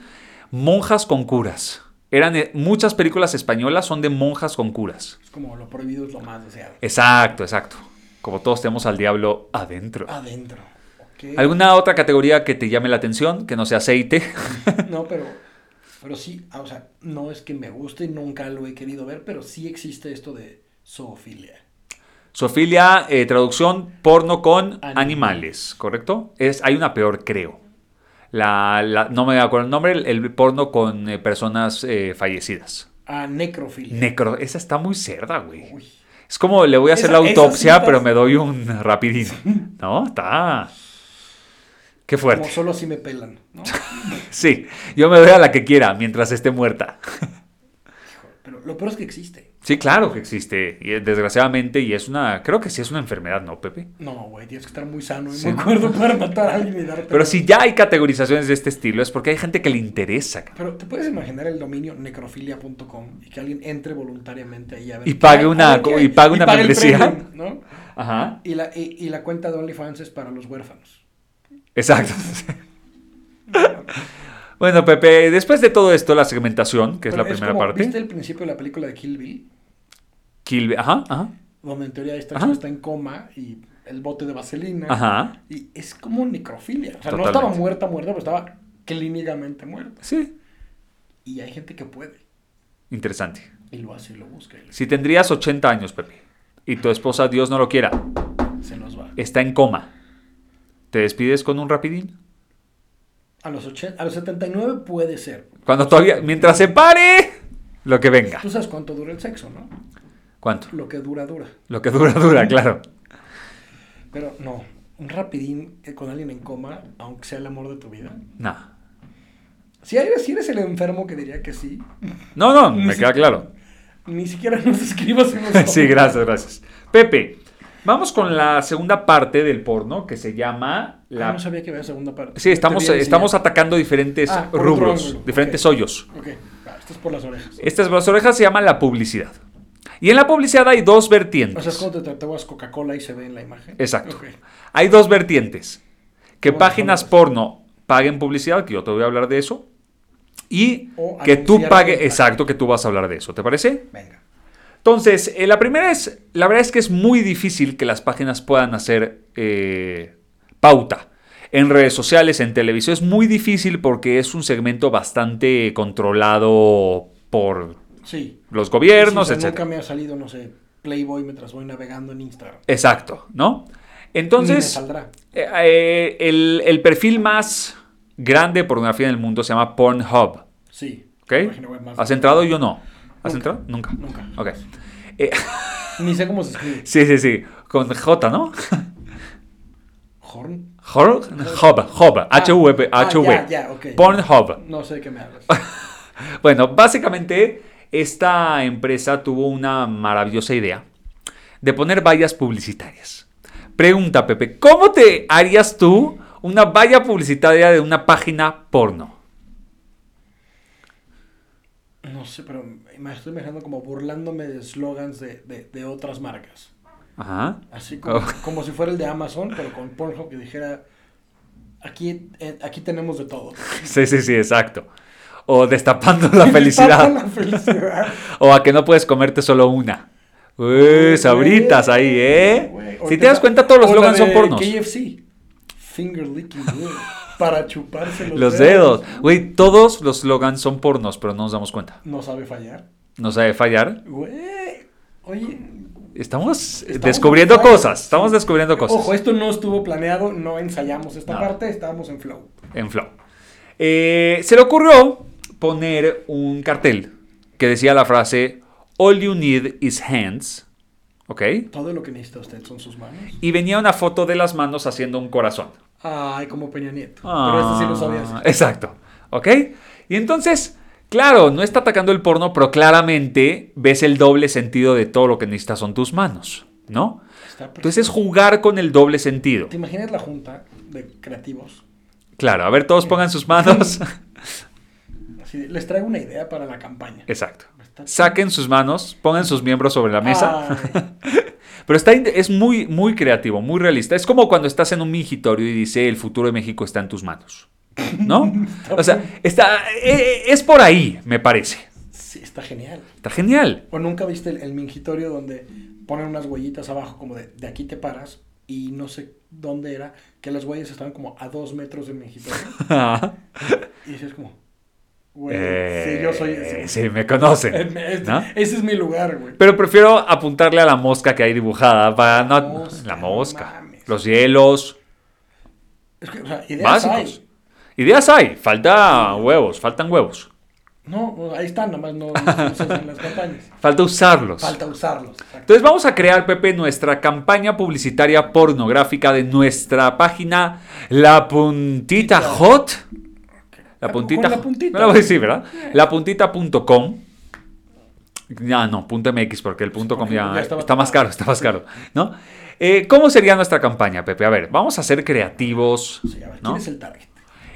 [SPEAKER 1] Monjas con curas. Eran eh, muchas películas españolas son de monjas con curas.
[SPEAKER 2] Es como lo prohibido es lo más deseado.
[SPEAKER 1] Exacto, exacto. Como todos tenemos al diablo adentro.
[SPEAKER 2] Adentro. Ok.
[SPEAKER 1] ¿Alguna otra categoría que te llame la atención? Que no sea aceite. [LAUGHS]
[SPEAKER 2] No, pero, pero sí, ah, o sea, no es que me guste, nunca lo he querido ver, pero sí existe esto de zoofilia.
[SPEAKER 1] Sofilia, eh, traducción porno con
[SPEAKER 2] Animales.
[SPEAKER 1] animales, ¿correcto? Es, hay una peor, creo. La, la- no me acuerdo el nombre, el, el porno con eh, personas eh, fallecidas.
[SPEAKER 2] Ah, necrofilia.
[SPEAKER 1] Necro, esa está muy cerda, güey.
[SPEAKER 2] Uy.
[SPEAKER 1] Es como le voy a hacer
[SPEAKER 2] Esa-
[SPEAKER 1] la
[SPEAKER 2] esas
[SPEAKER 1] autopsia,
[SPEAKER 2] citas-
[SPEAKER 1] pero me doy un rapidín. No, está. Qué
[SPEAKER 2] Como
[SPEAKER 1] fuerte.
[SPEAKER 2] solo si me pelan,
[SPEAKER 1] [LAUGHS]
[SPEAKER 2] ¿no?
[SPEAKER 1] Sí, yo me doy a la que quiera mientras esté muerta.
[SPEAKER 2] Hijo, Pero lo peor es que existe.
[SPEAKER 1] Sí, claro que existe, y, eh, desgraciadamente, y es una, creo que sí es una enfermedad, ¿no, Pepe?
[SPEAKER 2] No, güey, tienes que estar muy sano y
[SPEAKER 1] Sí.
[SPEAKER 2] muy cuerdo para matar a alguien y darte.
[SPEAKER 1] Pero si ya hay categorizaciones de este estilo, es porque hay gente que le interesa. cabrón.
[SPEAKER 2] Pero te puedes imaginar el dominio necrofilia.com y que alguien entre voluntariamente ahí a ver.
[SPEAKER 1] Y
[SPEAKER 2] qué
[SPEAKER 1] pague
[SPEAKER 2] hay,
[SPEAKER 1] una-
[SPEAKER 2] a ver qué
[SPEAKER 1] y
[SPEAKER 2] hay,
[SPEAKER 1] pague una
[SPEAKER 2] el
[SPEAKER 1] membresía.
[SPEAKER 2] premium, ¿no?
[SPEAKER 1] Ajá.
[SPEAKER 2] Y la, y, y la cuenta de OnlyFans es para los huérfanos.
[SPEAKER 1] Exacto. [LAUGHS] bueno, Pepe, después de todo esto, la segmentación, que es
[SPEAKER 2] Pero
[SPEAKER 1] la primera
[SPEAKER 2] como,
[SPEAKER 1] parte.
[SPEAKER 2] ¿Viste el principio de la película de Kill Bill?
[SPEAKER 1] Kill Bill- Ajá, ajá.
[SPEAKER 2] Donde en teoría esta
[SPEAKER 1] Ajá.
[SPEAKER 2] chica está en coma y el bote de vaselina.
[SPEAKER 1] Ajá.
[SPEAKER 2] Y es como necrofilia. O sea, no
[SPEAKER 1] Totalmente.
[SPEAKER 2] estaba muerta, muerta, pero estaba clínicamente muerta.
[SPEAKER 1] Sí.
[SPEAKER 2] Y hay gente que puede.
[SPEAKER 1] Interesante.
[SPEAKER 2] Y lo hace y lo busca y
[SPEAKER 1] Si tendrías 80 años, Pepe, y tu esposa, Dios no lo quiera,
[SPEAKER 2] se nos va.
[SPEAKER 1] está en coma, ¿te despides con un rapidín?
[SPEAKER 2] A los, ochen- a los 79 puede ser.
[SPEAKER 1] Cuando todavía, mientras se pare, lo que venga.
[SPEAKER 2] Tú sabes cuánto dura el sexo, ¿no?
[SPEAKER 1] ¿Cuánto?
[SPEAKER 2] Lo que dura, dura.
[SPEAKER 1] Lo que dura, dura, claro.
[SPEAKER 2] Pero no, un rapidín eh, con alguien en coma, aunque sea el amor de tu vida.
[SPEAKER 1] No.
[SPEAKER 2] Si eres, si eres el enfermo que diría que sí,
[SPEAKER 1] No, no, me queda claro. [LAUGHS]
[SPEAKER 2] ni siquiera nos escribas en los
[SPEAKER 1] Sí, gracias, gracias. Pepe, vamos con la segunda parte del porno que se llama
[SPEAKER 2] Ah,
[SPEAKER 1] la...
[SPEAKER 2] no sabía que había segunda parte. Este
[SPEAKER 1] Sí, estamos,
[SPEAKER 2] Te voy a
[SPEAKER 1] estamos
[SPEAKER 2] enseñar.
[SPEAKER 1] atacando diferentes
[SPEAKER 2] Ah, por otro
[SPEAKER 1] rubros,
[SPEAKER 2] ángulo,
[SPEAKER 1] diferentes
[SPEAKER 2] ok.
[SPEAKER 1] hoyos.
[SPEAKER 2] Ok, va, esto es por las orejas.
[SPEAKER 1] Estas las orejas se llaman la publicidad. Y en la publicidad hay dos vertientes.
[SPEAKER 2] O sea, es cuando te tatuas Coca-Cola y se ve en la imagen.
[SPEAKER 1] Exacto.
[SPEAKER 2] Ok.
[SPEAKER 1] Hay dos vertientes. Que
[SPEAKER 2] Bueno,
[SPEAKER 1] páginas
[SPEAKER 2] vamos.
[SPEAKER 1] porno paguen publicidad, que yo te voy a hablar de eso. Y
[SPEAKER 2] O
[SPEAKER 1] que tú
[SPEAKER 2] anunciar
[SPEAKER 1] pagues,
[SPEAKER 2] que-
[SPEAKER 1] exacto, que tú vas a hablar de eso, ¿te parece?
[SPEAKER 2] Venga.
[SPEAKER 1] Entonces, eh, la primera es, la verdad es que es muy difícil que las páginas puedan hacer eh, pauta. En redes sociales, en televisión, es muy difícil porque es un segmento bastante controlado por
[SPEAKER 2] Sí.
[SPEAKER 1] los gobiernos,
[SPEAKER 2] Sí, o sea,
[SPEAKER 1] etc.
[SPEAKER 2] Nunca me ha salido, no sé, Playboy mientras voy navegando en Instagram.
[SPEAKER 1] Exacto, ¿no?
[SPEAKER 2] Ni me
[SPEAKER 1] Entonces,
[SPEAKER 2] saldrá.
[SPEAKER 1] eh, eh, el, el perfil más grande de pornografía en el mundo se llama Pornhub,
[SPEAKER 2] Sí.
[SPEAKER 1] ¿ok?
[SPEAKER 2] Página web más-
[SPEAKER 1] ¿Has entrado? Yo no. ¿Has
[SPEAKER 2] Nunca.
[SPEAKER 1] entrado? Nunca.
[SPEAKER 2] Nunca.
[SPEAKER 1] Ok. Eh, [LAUGHS]
[SPEAKER 2] Ni sé cómo se escribe.
[SPEAKER 1] sí, sí, sí. Con J, ¿no? [LAUGHS]
[SPEAKER 2] Horn.
[SPEAKER 1] Hor- Hub, Hub, H-U-B,
[SPEAKER 2] Ah,
[SPEAKER 1] H-U-B.
[SPEAKER 2] ya, ya, ok.
[SPEAKER 1] Pornhub.
[SPEAKER 2] No sé de qué me
[SPEAKER 1] [LAUGHS]
[SPEAKER 2] hablas.
[SPEAKER 1] Bueno, básicamente esta empresa tuvo una maravillosa idea de poner vallas publicitarias. Pregunta, Pepe, ¿cómo te harías tú una valla publicitaria de una página porno?
[SPEAKER 2] No sé, pero me estoy imaginando como burlándome de slogans de, de, de otras marcas.
[SPEAKER 1] Ajá.
[SPEAKER 2] Así como,
[SPEAKER 1] Oh.
[SPEAKER 2] como si fuera el de Amazon, pero con Pornhub que dijera, aquí, eh, aquí tenemos de todo.
[SPEAKER 1] Sí, sí, sí, exacto. O destapando
[SPEAKER 2] [LAUGHS]
[SPEAKER 1] la
[SPEAKER 2] La
[SPEAKER 1] felicidad.
[SPEAKER 2] felicidad.
[SPEAKER 1] [LAUGHS] O a que no puedes comerte solo una. Uy, sabritas Pues, ahí,
[SPEAKER 2] Güey,
[SPEAKER 1] ¿eh?
[SPEAKER 2] o
[SPEAKER 1] Si
[SPEAKER 2] te-
[SPEAKER 1] te das cuenta, todos los
[SPEAKER 2] o la
[SPEAKER 1] logans son
[SPEAKER 2] de
[SPEAKER 1] pornos.
[SPEAKER 2] KFC. Finger licking good. Para chuparse los,
[SPEAKER 1] Los dedos. Güey, todos los slogans son pornos, pero no nos damos cuenta.
[SPEAKER 2] No sabe fallar.
[SPEAKER 1] No sabe fallar.
[SPEAKER 2] Güey. Oye,
[SPEAKER 1] Estamos,
[SPEAKER 2] Estamos
[SPEAKER 1] descubriendo
[SPEAKER 2] en flow.
[SPEAKER 1] cosas. Estamos descubriendo cosas.
[SPEAKER 2] Ojo, esto no estuvo planeado, no ensayamos esta
[SPEAKER 1] No.
[SPEAKER 2] parte, estábamos en flow.
[SPEAKER 1] En flow. Eh, se le ocurrió poner un cartel que decía la frase All you need is hands. ¿Ok?
[SPEAKER 2] Todo lo que necesita usted son sus manos.
[SPEAKER 1] Y venía una foto de las manos haciendo un corazón.
[SPEAKER 2] Ay, como Peña Nieto. Pero
[SPEAKER 1] Ah,
[SPEAKER 2] este sí lo sabías.
[SPEAKER 1] Exacto. ¿Ok? Y entonces, claro, no está atacando el porno, pero claramente ves el doble sentido de todo lo que necesitas son tus manos, ¿no?
[SPEAKER 2] Está perfecto.
[SPEAKER 1] Entonces es jugar con el doble sentido.
[SPEAKER 2] ¿Te imaginas la junta de creativos?
[SPEAKER 1] Claro, a ver, todos pongan sus
[SPEAKER 2] [LAUGHS]
[SPEAKER 1] manos.
[SPEAKER 2] Así de, les traigo una idea para la campaña.
[SPEAKER 1] Exacto. Saquen sus manos, pongan sus miembros sobre la mesa.
[SPEAKER 2] Ay,
[SPEAKER 1] Pero está, in- es muy, muy creativo, muy realista. Es como cuando estás en un mingitorio y dice el futuro de México está en tus manos.
[SPEAKER 2] [LAUGHS]
[SPEAKER 1] ¿No? O sea, está, e- e- es por ahí, me parece.
[SPEAKER 2] sí, está genial.
[SPEAKER 1] Está
[SPEAKER 2] [LAUGHS]
[SPEAKER 1] genial.
[SPEAKER 2] ¿O nunca viste el, el mingitorio donde ponen unas huellitas abajo como de, de aquí te paras y no sé dónde era, que las huellas estaban como a dos metros del mingitorio?
[SPEAKER 1] [LAUGHS]
[SPEAKER 2] y dices como, güey, sí, yo soy
[SPEAKER 1] Eh,
[SPEAKER 2] ese.
[SPEAKER 1] Sí, me
[SPEAKER 2] [LAUGHS]
[SPEAKER 1] conocen.
[SPEAKER 2] Em, este-
[SPEAKER 1] ¿no?
[SPEAKER 2] Ese es mi lugar, güey.
[SPEAKER 1] Pero prefiero apuntarle a la mosca que hay dibujada para no.
[SPEAKER 2] mosca,
[SPEAKER 1] la
[SPEAKER 2] no
[SPEAKER 1] mosca.
[SPEAKER 2] mames.
[SPEAKER 1] los hielos.
[SPEAKER 2] Es que, o sea, ideas
[SPEAKER 1] Básicos.
[SPEAKER 2] hay.
[SPEAKER 1] Ideas hay. Falta huevos. Faltan huevos.
[SPEAKER 2] No, no, ahí están, nada más no,
[SPEAKER 1] [LAUGHS]
[SPEAKER 2] no se usan en las campañas.
[SPEAKER 1] Falta usarlos.
[SPEAKER 2] Falta usarlos. exacto.
[SPEAKER 1] Pues, Entonces vamos a crear, Pepe, nuestra campaña publicitaria pornográfica de nuestra página La Puntita
[SPEAKER 2] Puntita.
[SPEAKER 1] Hot. La
[SPEAKER 2] Con
[SPEAKER 1] puntita. pues
[SPEAKER 2] la puntita. Eh.
[SPEAKER 1] No la voy a decir, ¿verdad? Lapuntita.com. Ya no, punto .mx, porque el punto com
[SPEAKER 2] porque
[SPEAKER 1] ya,
[SPEAKER 2] Pues ya estaba
[SPEAKER 1] está más caro, está más caro, ¿no? Eh, ¿Cómo sería nuestra campaña, Pepe? A ver, vamos a ser creativos,
[SPEAKER 2] Sí, a ver,
[SPEAKER 1] ¿no?
[SPEAKER 2] ¿quién es el target?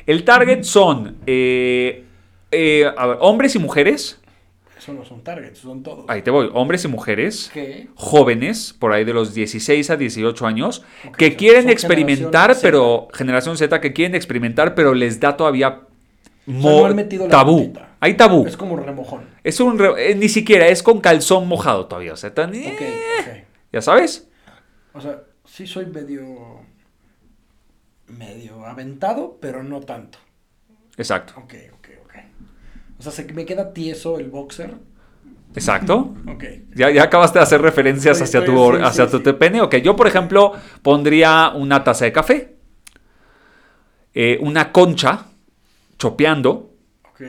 [SPEAKER 1] El target son eh, eh, a ver, hombres y mujeres,
[SPEAKER 2] Eso no son targets, son todos.
[SPEAKER 1] ahí te voy, hombres y mujeres,
[SPEAKER 2] ¿Qué?
[SPEAKER 1] jóvenes, por ahí de los 16 a 18 años,
[SPEAKER 2] Ok,
[SPEAKER 1] que
[SPEAKER 2] son-
[SPEAKER 1] quieren
[SPEAKER 2] son
[SPEAKER 1] experimentar,
[SPEAKER 2] generación Z.
[SPEAKER 1] pero, generación Z, que quieren experimentar, pero les da todavía
[SPEAKER 2] O sea,
[SPEAKER 1] mo-
[SPEAKER 2] no han metido la
[SPEAKER 1] tabú.
[SPEAKER 2] patita.
[SPEAKER 1] Hay tabú.
[SPEAKER 2] Es como remojón.
[SPEAKER 1] Es un re- eh, ni siquiera, es con calzón mojado todavía. O sea, tan- eh,
[SPEAKER 2] Ok, ok.
[SPEAKER 1] ¿Ya sabes?
[SPEAKER 2] O sea, sí soy medio. medio aventado, pero no tanto.
[SPEAKER 1] Exacto.
[SPEAKER 2] Ok, ok, ok. O sea, se me queda tieso el boxer.
[SPEAKER 1] Exacto.
[SPEAKER 2] Ok.
[SPEAKER 1] Ya, ya acabaste de hacer referencias hacia
[SPEAKER 2] Estoy- estoy-
[SPEAKER 1] tu, or-
[SPEAKER 2] sí,
[SPEAKER 1] hacia
[SPEAKER 2] sí,
[SPEAKER 1] tu
[SPEAKER 2] sí.
[SPEAKER 1] te- pene. Ok, yo por ejemplo pondría una taza de café, eh, una concha chopeando
[SPEAKER 2] Ok.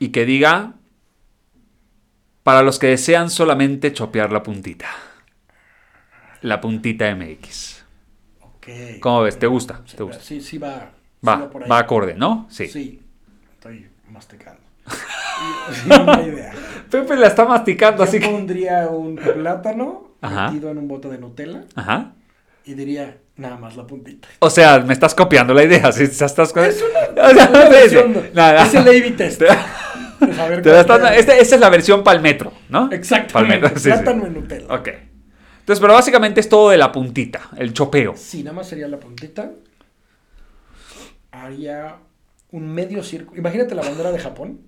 [SPEAKER 1] y que diga para los que desean solamente chopear la puntita. La puntita MX.
[SPEAKER 2] Ok.
[SPEAKER 1] ¿Cómo ves? ¿Te gusta?
[SPEAKER 2] Sí,
[SPEAKER 1] ¿Te gusta?
[SPEAKER 2] Sí, sí va. sí
[SPEAKER 1] Va,
[SPEAKER 2] por
[SPEAKER 1] va
[SPEAKER 2] ahí.
[SPEAKER 1] acorde, ¿no? Sí.
[SPEAKER 2] Sí. Estoy
[SPEAKER 1] [LAUGHS]
[SPEAKER 2] masticando. sí, una idea.
[SPEAKER 1] Pepe la está masticando,
[SPEAKER 2] Yo
[SPEAKER 1] así que...
[SPEAKER 2] pondría un plátano
[SPEAKER 1] Ajá.
[SPEAKER 2] metido en un bote de Nutella
[SPEAKER 1] Ajá.
[SPEAKER 2] y diría nada más la puntita.
[SPEAKER 1] O sea, me estás copiando la idea. Si estás
[SPEAKER 2] Es una,
[SPEAKER 1] [LAUGHS] O sea,
[SPEAKER 2] es una
[SPEAKER 1] sí,
[SPEAKER 2] versión,
[SPEAKER 1] sí. Nada.
[SPEAKER 2] Es el A-B test.
[SPEAKER 1] Te-
[SPEAKER 2] De
[SPEAKER 1] [LAUGHS]
[SPEAKER 2] saber
[SPEAKER 1] te este la
[SPEAKER 2] cuál
[SPEAKER 1] están-
[SPEAKER 2] era.
[SPEAKER 1] esta, esta es la versión para el metro, ¿no?
[SPEAKER 2] [LAUGHS] Exactamente.
[SPEAKER 1] Palmetro, sí, sí.
[SPEAKER 2] plátano en Nutella.
[SPEAKER 1] Ok. Entonces, pero básicamente es todo de la puntita, el chopeo.
[SPEAKER 2] Sí, nada más sería la puntita. Haría un medio círculo. Imagínate la bandera de Japón.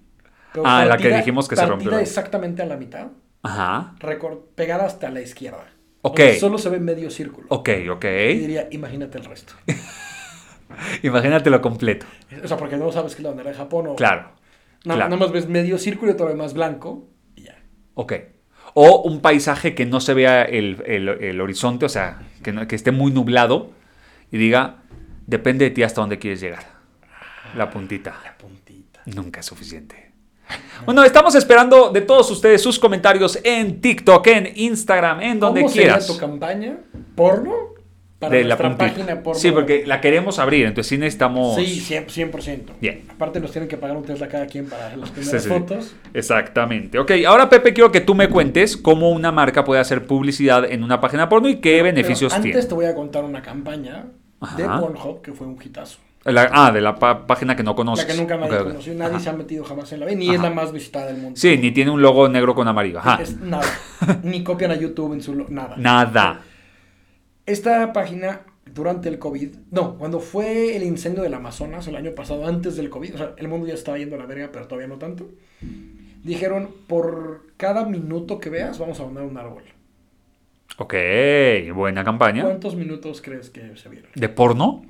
[SPEAKER 2] pero
[SPEAKER 1] Ah, la que dijimos que se rompió.
[SPEAKER 2] partida exactamente a la mitad,
[SPEAKER 1] Ajá.
[SPEAKER 2] recor- pegada hasta la izquierda.
[SPEAKER 1] Ok.
[SPEAKER 2] Donde solo se ve medio círculo.
[SPEAKER 1] Ok, ok.
[SPEAKER 2] Y diría, imagínate el resto. [LAUGHS]
[SPEAKER 1] [LAUGHS] Imagínatelo completo.
[SPEAKER 2] O sea, porque no sabes que es la bandera de Japón o...
[SPEAKER 1] Claro.
[SPEAKER 2] Na-
[SPEAKER 1] claro.
[SPEAKER 2] Nada más ves medio círculo y todo lo demás blanco y ya.
[SPEAKER 1] Ok. O un paisaje que no se vea el, el- el horizonte, o sea, que, no- que esté muy nublado y diga, depende de ti hasta dónde quieres llegar. La puntita.
[SPEAKER 2] La puntita.
[SPEAKER 1] Nunca es suficiente. Bueno, estamos esperando de todos ustedes sus comentarios en TikTok, en Instagram, en donde
[SPEAKER 2] ¿Cómo
[SPEAKER 1] quieras.
[SPEAKER 2] sería tu campaña? ¿Porno? Para
[SPEAKER 1] de la
[SPEAKER 2] nuestra
[SPEAKER 1] puntita.
[SPEAKER 2] página porno.
[SPEAKER 1] Sí, porque la queremos abrir, entonces sí necesitamos.
[SPEAKER 2] Sí, 100%.
[SPEAKER 1] Bien.
[SPEAKER 2] Aparte nos tienen que pagar un Tesla cada quien para las
[SPEAKER 1] Sí, sí,
[SPEAKER 2] primeras
[SPEAKER 1] sí.
[SPEAKER 2] fotos.
[SPEAKER 1] Exactamente. Ok, ahora Pepe, quiero que tú me cuentes cómo una marca puede hacer publicidad en una página porno y qué
[SPEAKER 2] Pero
[SPEAKER 1] beneficios
[SPEAKER 2] antes
[SPEAKER 1] tiene.
[SPEAKER 2] te voy a contar una campaña de
[SPEAKER 1] Ajá.
[SPEAKER 2] Pornhub que fue un hitazo.
[SPEAKER 1] La- ah, de la pa- página que no conoces.
[SPEAKER 2] La que nunca nadie
[SPEAKER 1] Ok, ok.
[SPEAKER 2] conoció, nadie
[SPEAKER 1] Ajá.
[SPEAKER 2] se ha metido jamás en la vida, ni
[SPEAKER 1] Ajá.
[SPEAKER 2] es la más visitada del mundo.
[SPEAKER 1] Sí, ni tiene un logo negro con amarillo. Ajá.
[SPEAKER 2] Es
[SPEAKER 1] [LAUGHS]
[SPEAKER 2] nada. ni copian a YouTube en su... lo- Nada.
[SPEAKER 1] Nada.
[SPEAKER 2] Esta página durante el COVID, no, cuando fue el incendio del Amazonas el año pasado, antes del COVID, o sea, el mundo ya estaba yendo a la verga, pero todavía no tanto. Dijeron, por cada minuto que veas, vamos a mandar un árbol.
[SPEAKER 1] Ok, buena campaña.
[SPEAKER 2] ¿Cuántos minutos crees que se vieron?
[SPEAKER 1] ¿De porno?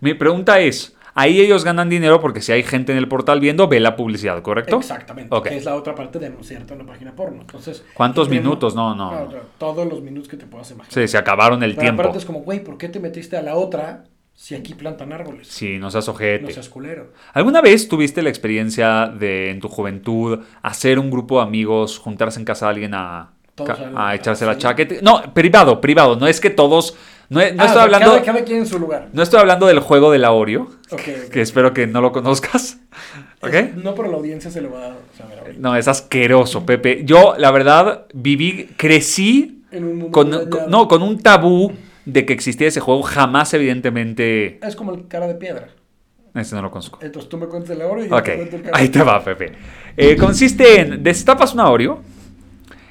[SPEAKER 1] Mi pregunta es, ahí ellos ganan dinero porque si hay gente en el portal viendo, ve la publicidad, ¿correcto?
[SPEAKER 2] Exactamente,
[SPEAKER 1] Ok.
[SPEAKER 2] que es la otra parte de anunciarte en una página porno. Entonces,
[SPEAKER 1] ¿Cuántos
[SPEAKER 2] primero-
[SPEAKER 1] minutos? No, no,
[SPEAKER 2] Claro,
[SPEAKER 1] no.
[SPEAKER 2] claro, Todos los minutos que te puedas imaginar.
[SPEAKER 1] Sí, se acabaron el
[SPEAKER 2] Pero
[SPEAKER 1] tiempo.
[SPEAKER 2] aparte es como, güey, ¿por qué te metiste a la otra si aquí plantan árboles?
[SPEAKER 1] Sí, no seas
[SPEAKER 2] No
[SPEAKER 1] ojete.
[SPEAKER 2] seas culero.
[SPEAKER 1] ¿Alguna vez tuviste la experiencia de, en tu juventud, hacer un grupo de amigos, juntarse en casa de alguien a,
[SPEAKER 2] Todos
[SPEAKER 1] ca-
[SPEAKER 2] al-
[SPEAKER 1] a echarse la
[SPEAKER 2] sí.
[SPEAKER 1] chaqueta? No, privado, privado. No es que todos... No, no
[SPEAKER 2] Ah, o
[SPEAKER 1] estoy
[SPEAKER 2] sea,
[SPEAKER 1] hablando...
[SPEAKER 2] Cada, cada quien en su lugar.
[SPEAKER 1] No estoy hablando del juego de la Oreo,
[SPEAKER 2] Ok, ok.
[SPEAKER 1] que espero que no lo conozcas. ¿Ok?
[SPEAKER 2] Es- No, pero la audiencia se lo va a saber ahorita.
[SPEAKER 1] No, es asqueroso, Pepe. Yo, la verdad, viví, crecí
[SPEAKER 2] En un mundo
[SPEAKER 1] con,
[SPEAKER 2] dañado.
[SPEAKER 1] con- no, con un tabú de que existía ese juego. Jamás, evidentemente,
[SPEAKER 2] Es como el cara de piedra.
[SPEAKER 1] ese no lo conozco.
[SPEAKER 2] Entonces tú me cuentas el [LAUGHS] Oreo y yo
[SPEAKER 1] Ok,
[SPEAKER 2] te cuento el cara
[SPEAKER 1] ahí te va, Pepe. Eh, consiste en, destapas una Oreo,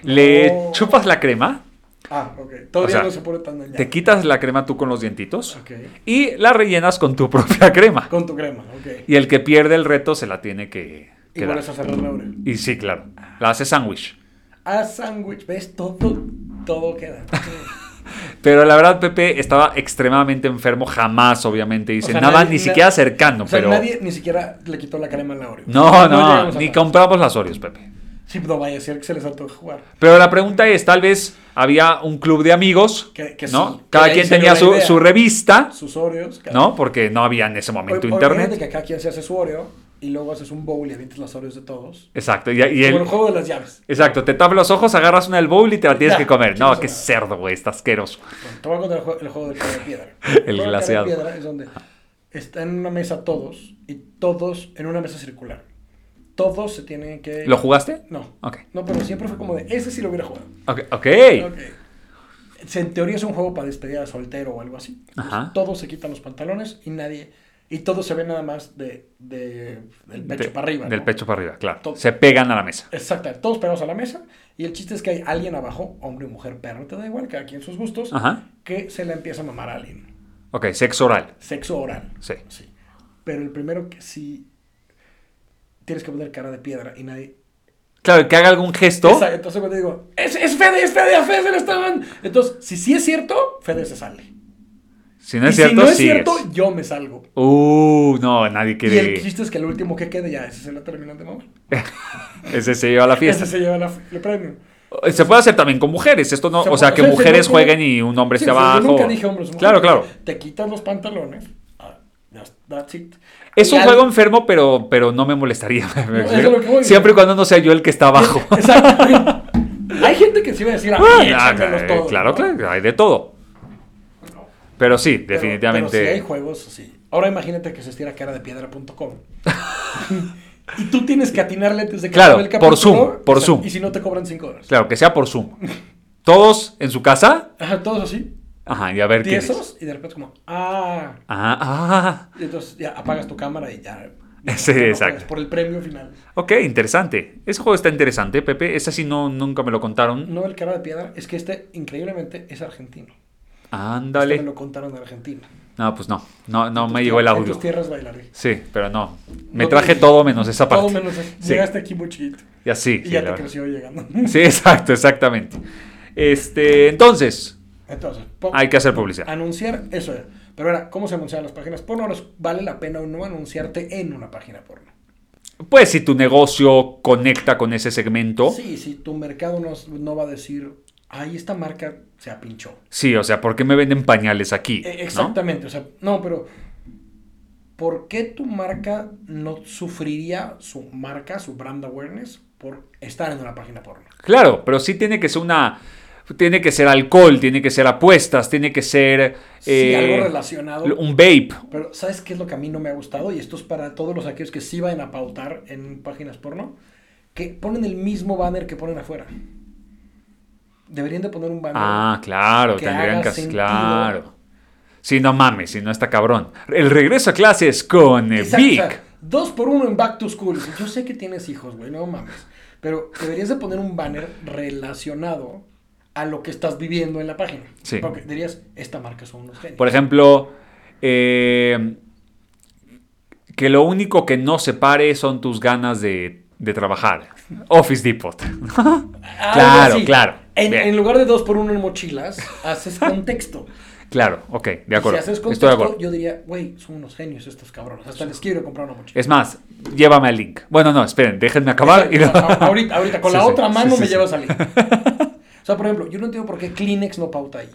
[SPEAKER 1] le
[SPEAKER 2] No.
[SPEAKER 1] chupas la crema,
[SPEAKER 2] Ah, ok. Todavía
[SPEAKER 1] O sea,
[SPEAKER 2] no se pone tan dañado.
[SPEAKER 1] te quitas la crema tú con los dientitos
[SPEAKER 2] Ok.
[SPEAKER 1] y la rellenas con tu [LAUGHS] propia crema.
[SPEAKER 2] Con tu crema, ok.
[SPEAKER 1] Y el que pierde el reto se la tiene que
[SPEAKER 2] Y
[SPEAKER 1] quedar.
[SPEAKER 2] vuelves a cerrar la Oreo.
[SPEAKER 1] Y sí, claro, la hace sándwich.
[SPEAKER 2] A sándwich, ¿ves? Todo, todo queda.
[SPEAKER 1] Pero la verdad, Pepe estaba extremadamente enfermo, jamás, obviamente, dice
[SPEAKER 2] O sea,
[SPEAKER 1] nada,
[SPEAKER 2] nadie-
[SPEAKER 1] ni
[SPEAKER 2] na-
[SPEAKER 1] siquiano, cercano,
[SPEAKER 2] O sea,
[SPEAKER 1] pero...
[SPEAKER 2] nadie ni siquiera le quitó la crema a la Oreo.
[SPEAKER 1] No, no,
[SPEAKER 2] llegamos a
[SPEAKER 1] ni
[SPEAKER 2] tanto.
[SPEAKER 1] compramos las Oreos, Pepe.
[SPEAKER 2] Sí, no vaya a ser que se les antoje jugar.
[SPEAKER 1] Pero la pregunta es, tal vez había un club de amigos,
[SPEAKER 2] Que- que
[SPEAKER 1] ¿no?
[SPEAKER 2] sí, que
[SPEAKER 1] Cada
[SPEAKER 2] de ahí
[SPEAKER 1] quien
[SPEAKER 2] salió
[SPEAKER 1] tenía
[SPEAKER 2] la
[SPEAKER 1] su,
[SPEAKER 2] idea.
[SPEAKER 1] su revista,
[SPEAKER 2] Sus Oreos. cada-
[SPEAKER 1] ¿no? Porque no había en ese
[SPEAKER 2] O-
[SPEAKER 1] momento
[SPEAKER 2] o- imagínate
[SPEAKER 1] internet.
[SPEAKER 2] que cada quien se hace su Oreo y luego haces un bowl y avientas las Oreos de todos.
[SPEAKER 1] Exacto, y, y
[SPEAKER 2] Como
[SPEAKER 1] el...
[SPEAKER 2] el juego de las llaves.
[SPEAKER 1] Exacto, te tapas los ojos, agarras una del bowl y te la tienes
[SPEAKER 2] [LAUGHS] Ya,
[SPEAKER 1] que comer. No,
[SPEAKER 2] chingas
[SPEAKER 1] qué
[SPEAKER 2] a la-
[SPEAKER 1] cerdo, güey, está asqueroso.
[SPEAKER 2] Bueno, te voy a contar el juego, el juego del cara de piedra.
[SPEAKER 1] [LAUGHS] El
[SPEAKER 2] juego del cara de
[SPEAKER 1] glaseado.
[SPEAKER 2] piedra es donde están en una mesa todos y todos en una mesa circular. todos se tienen que...
[SPEAKER 1] ¿Lo jugaste?
[SPEAKER 2] No.
[SPEAKER 1] Ok.
[SPEAKER 2] No, pero siempre fue como de, ese sí lo hubiera jugado.
[SPEAKER 1] Ok. ok.
[SPEAKER 2] Ok. Se- En teoría es un juego para despedida de soltero o algo así. Entonces,
[SPEAKER 1] Ajá.
[SPEAKER 2] todos se quitan los pantalones y nadie... Y todo se ve nada más de, de- del pecho
[SPEAKER 1] De-
[SPEAKER 2] para arriba.
[SPEAKER 1] Del
[SPEAKER 2] ¿no?
[SPEAKER 1] pecho para arriba, claro.
[SPEAKER 2] Todo.
[SPEAKER 1] Se pegan a la mesa.
[SPEAKER 2] Exactamente, todos pegados a la mesa. Y el chiste es que hay alguien abajo, hombre, mujer, perro, te da igual, cada quien sus gustos,
[SPEAKER 1] Ajá.
[SPEAKER 2] que se la empieza a mamar a alguien.
[SPEAKER 1] Ok, sexo oral.
[SPEAKER 2] Sexo oral.
[SPEAKER 1] Sí.
[SPEAKER 2] Pero el primero que sí tienes que poner cara de piedra y nadie.
[SPEAKER 1] Claro, que haga algún gesto.
[SPEAKER 2] Exacto, Entonces cuando digo, es, es Fede, es Fede, a Fede se le estaban. Entonces, si sí es cierto, Fede se sale.
[SPEAKER 1] Si no es
[SPEAKER 2] y
[SPEAKER 1] cierto,
[SPEAKER 2] si no es
[SPEAKER 1] sigues.
[SPEAKER 2] cierto, yo me salgo.
[SPEAKER 1] Uh, no, nadie
[SPEAKER 2] Y el
[SPEAKER 1] quiere.
[SPEAKER 2] [LAUGHS] chiste es que el último que quede ya, ese se lo terminan de mamar.
[SPEAKER 1] Ese se lleva a la fiesta.
[SPEAKER 2] Ese se lleva la, el premio.
[SPEAKER 1] Eh, Se puede hacer también con mujeres. Esto no,
[SPEAKER 2] Se
[SPEAKER 1] o sea,
[SPEAKER 2] puede-
[SPEAKER 1] que
[SPEAKER 2] sí, sí,
[SPEAKER 1] mujeres
[SPEAKER 2] no,
[SPEAKER 1] jueguen
[SPEAKER 2] no.
[SPEAKER 1] y un hombre
[SPEAKER 2] Sí,
[SPEAKER 1] esté
[SPEAKER 2] o sea, yo
[SPEAKER 1] abajo.
[SPEAKER 2] Nunca dije hombres. o mujeres.
[SPEAKER 1] Claro, claro.
[SPEAKER 2] Te quitas los pantalones. ah, that's- That's it.
[SPEAKER 1] Es
[SPEAKER 2] Y
[SPEAKER 1] un
[SPEAKER 2] al-
[SPEAKER 1] juego
[SPEAKER 2] [LAUGHS]
[SPEAKER 1] enfermo, pero, pero no me molestaría. [LAUGHS] me
[SPEAKER 2] es
[SPEAKER 1] refiero.
[SPEAKER 2] lo que voy,
[SPEAKER 1] Siempre
[SPEAKER 2] güey.
[SPEAKER 1] y cuando no sea yo el que está abajo.
[SPEAKER 2] [LAUGHS] Exacto. Hay gente que sí va a decir, ah,
[SPEAKER 1] [LAUGHS] Ah,
[SPEAKER 2] bien,
[SPEAKER 1] ah,
[SPEAKER 2] sácalos todos",
[SPEAKER 1] claro,
[SPEAKER 2] ¿no?
[SPEAKER 1] claro, hay de todo. Pero sí,
[SPEAKER 2] Pero-
[SPEAKER 1] definitivamente.
[SPEAKER 2] Pero, si hay juegos, sí. Ahora imagínate que se estiera cara de piedra.com. [LAUGHS] y tú tienes que atinarle antes de que
[SPEAKER 1] Claro,
[SPEAKER 2] acabe el
[SPEAKER 1] por
[SPEAKER 2] capítulo.
[SPEAKER 1] Zoom, por Zoom.
[SPEAKER 2] Y si no te cobran 5 horas.
[SPEAKER 1] Claro, que sea por Zoom. Todos en su casa.
[SPEAKER 2] Ajá, todos así,
[SPEAKER 1] Ajá, y a ver quién es.
[SPEAKER 2] tiesos, y de repente como, ah.
[SPEAKER 1] Ajá, ah,
[SPEAKER 2] Y entonces ya apagas tu cámara y ya.
[SPEAKER 1] [LAUGHS] Sí,
[SPEAKER 2] ya no
[SPEAKER 1] exacto.
[SPEAKER 2] juegas Por el premio final.
[SPEAKER 1] ok, interesante. Ese juego está interesante, Pepe. Ese sí no, nunca me lo contaron.
[SPEAKER 2] No el cara de piedra, es que este, increíblemente, es argentino. Este me
[SPEAKER 1] Ándale.
[SPEAKER 2] lo contaron de Argentina.
[SPEAKER 1] No, pues no. No, no
[SPEAKER 2] En
[SPEAKER 1] me
[SPEAKER 2] tus
[SPEAKER 1] llegó el
[SPEAKER 2] tier- En
[SPEAKER 1] audio.
[SPEAKER 2] tus tierras bailaré.
[SPEAKER 1] Sí, pero no. Me
[SPEAKER 2] No
[SPEAKER 1] traje
[SPEAKER 2] te-
[SPEAKER 1] todo menos esa parte.
[SPEAKER 2] Todo menos eso.
[SPEAKER 1] Sí,
[SPEAKER 2] Llegaste aquí muy chiquito.
[SPEAKER 1] ya sí.
[SPEAKER 2] Y
[SPEAKER 1] sí, la
[SPEAKER 2] ya te
[SPEAKER 1] verdad.
[SPEAKER 2] creció llegando.
[SPEAKER 1] Sí, exacto, exactamente. Este, entonces,
[SPEAKER 2] Entonces, po-
[SPEAKER 1] hay que hacer publicidad.
[SPEAKER 2] anunciar, eso era. Pero ahora, ¿cómo se anuncian las páginas porno? Ahora, ¿Vale la pena o no anunciarte en una página porno?
[SPEAKER 1] Pues si tu negocio conecta con ese segmento. Sí.
[SPEAKER 2] Sí, si tu mercado no, no va a decir, ay, esta marca se apinchó.
[SPEAKER 1] o sea, ¿por qué me venden pañales aquí?
[SPEAKER 2] E-
[SPEAKER 1] no?
[SPEAKER 2] Exactamente, o sea, no, pero ¿por qué tu marca no sufriría su marca, su brand awareness, por estar en una página porno?
[SPEAKER 1] Claro, pero sí tiene que ser una. Tiene que ser alcohol, tiene que ser apuestas, tiene que ser. eh,
[SPEAKER 2] Sí, algo relacionado.
[SPEAKER 1] Un vape.
[SPEAKER 2] Pero, ¿sabes qué es lo que a mí no me ha gustado? Y esto es para todos los aquellos que sí van a pautar en páginas porno, que ponen el mismo banner que ponen afuera. Deberían de poner un banner.
[SPEAKER 1] Ah, claro,
[SPEAKER 2] Que
[SPEAKER 1] tendrían
[SPEAKER 2] haga
[SPEAKER 1] que.
[SPEAKER 2] sentido.
[SPEAKER 1] Claro. Si no mames, si no está cabrón. El regreso a clases con eh,
[SPEAKER 2] Exacto, o
[SPEAKER 1] Vic.
[SPEAKER 2] sea, dos por uno en Back to School. Yo sé que tienes hijos, güey, no mames. Pero deberías de poner un banner relacionado a lo que estás viviendo en la página.
[SPEAKER 1] Sí.
[SPEAKER 2] Porque dirías, esta marca son unos genios.
[SPEAKER 1] Por ejemplo, eh, que lo único que no separe son tus ganas de, de trabajar. Office Depot. [LAUGHS]
[SPEAKER 2] Algo
[SPEAKER 1] claro,
[SPEAKER 2] así.
[SPEAKER 1] claro.
[SPEAKER 2] En,
[SPEAKER 1] Bien.
[SPEAKER 2] en lugar de dos por uno en mochilas,
[SPEAKER 1] [LAUGHS]
[SPEAKER 2] haces contexto.
[SPEAKER 1] Claro, ok, de acuerdo.
[SPEAKER 2] Si haces
[SPEAKER 1] Estoy
[SPEAKER 2] contexto,
[SPEAKER 1] de acuerdo.
[SPEAKER 2] yo diría, güey, son unos genios estos cabrones. Hasta les quiero comprar una mochila.
[SPEAKER 1] Es más, llévame al link. Bueno, no, esperen, déjenme acabar. y
[SPEAKER 2] Exacto,
[SPEAKER 1] lo-
[SPEAKER 2] a- ahorita, ahorita,
[SPEAKER 1] [LAUGHS]
[SPEAKER 2] con
[SPEAKER 1] Sí,
[SPEAKER 2] la
[SPEAKER 1] sí,
[SPEAKER 2] otra
[SPEAKER 1] sí,
[SPEAKER 2] mano
[SPEAKER 1] sí,
[SPEAKER 2] me
[SPEAKER 1] sí.
[SPEAKER 2] llevas a salir. O sea, por ejemplo, yo no entiendo por qué Kleenex no pauta ahí.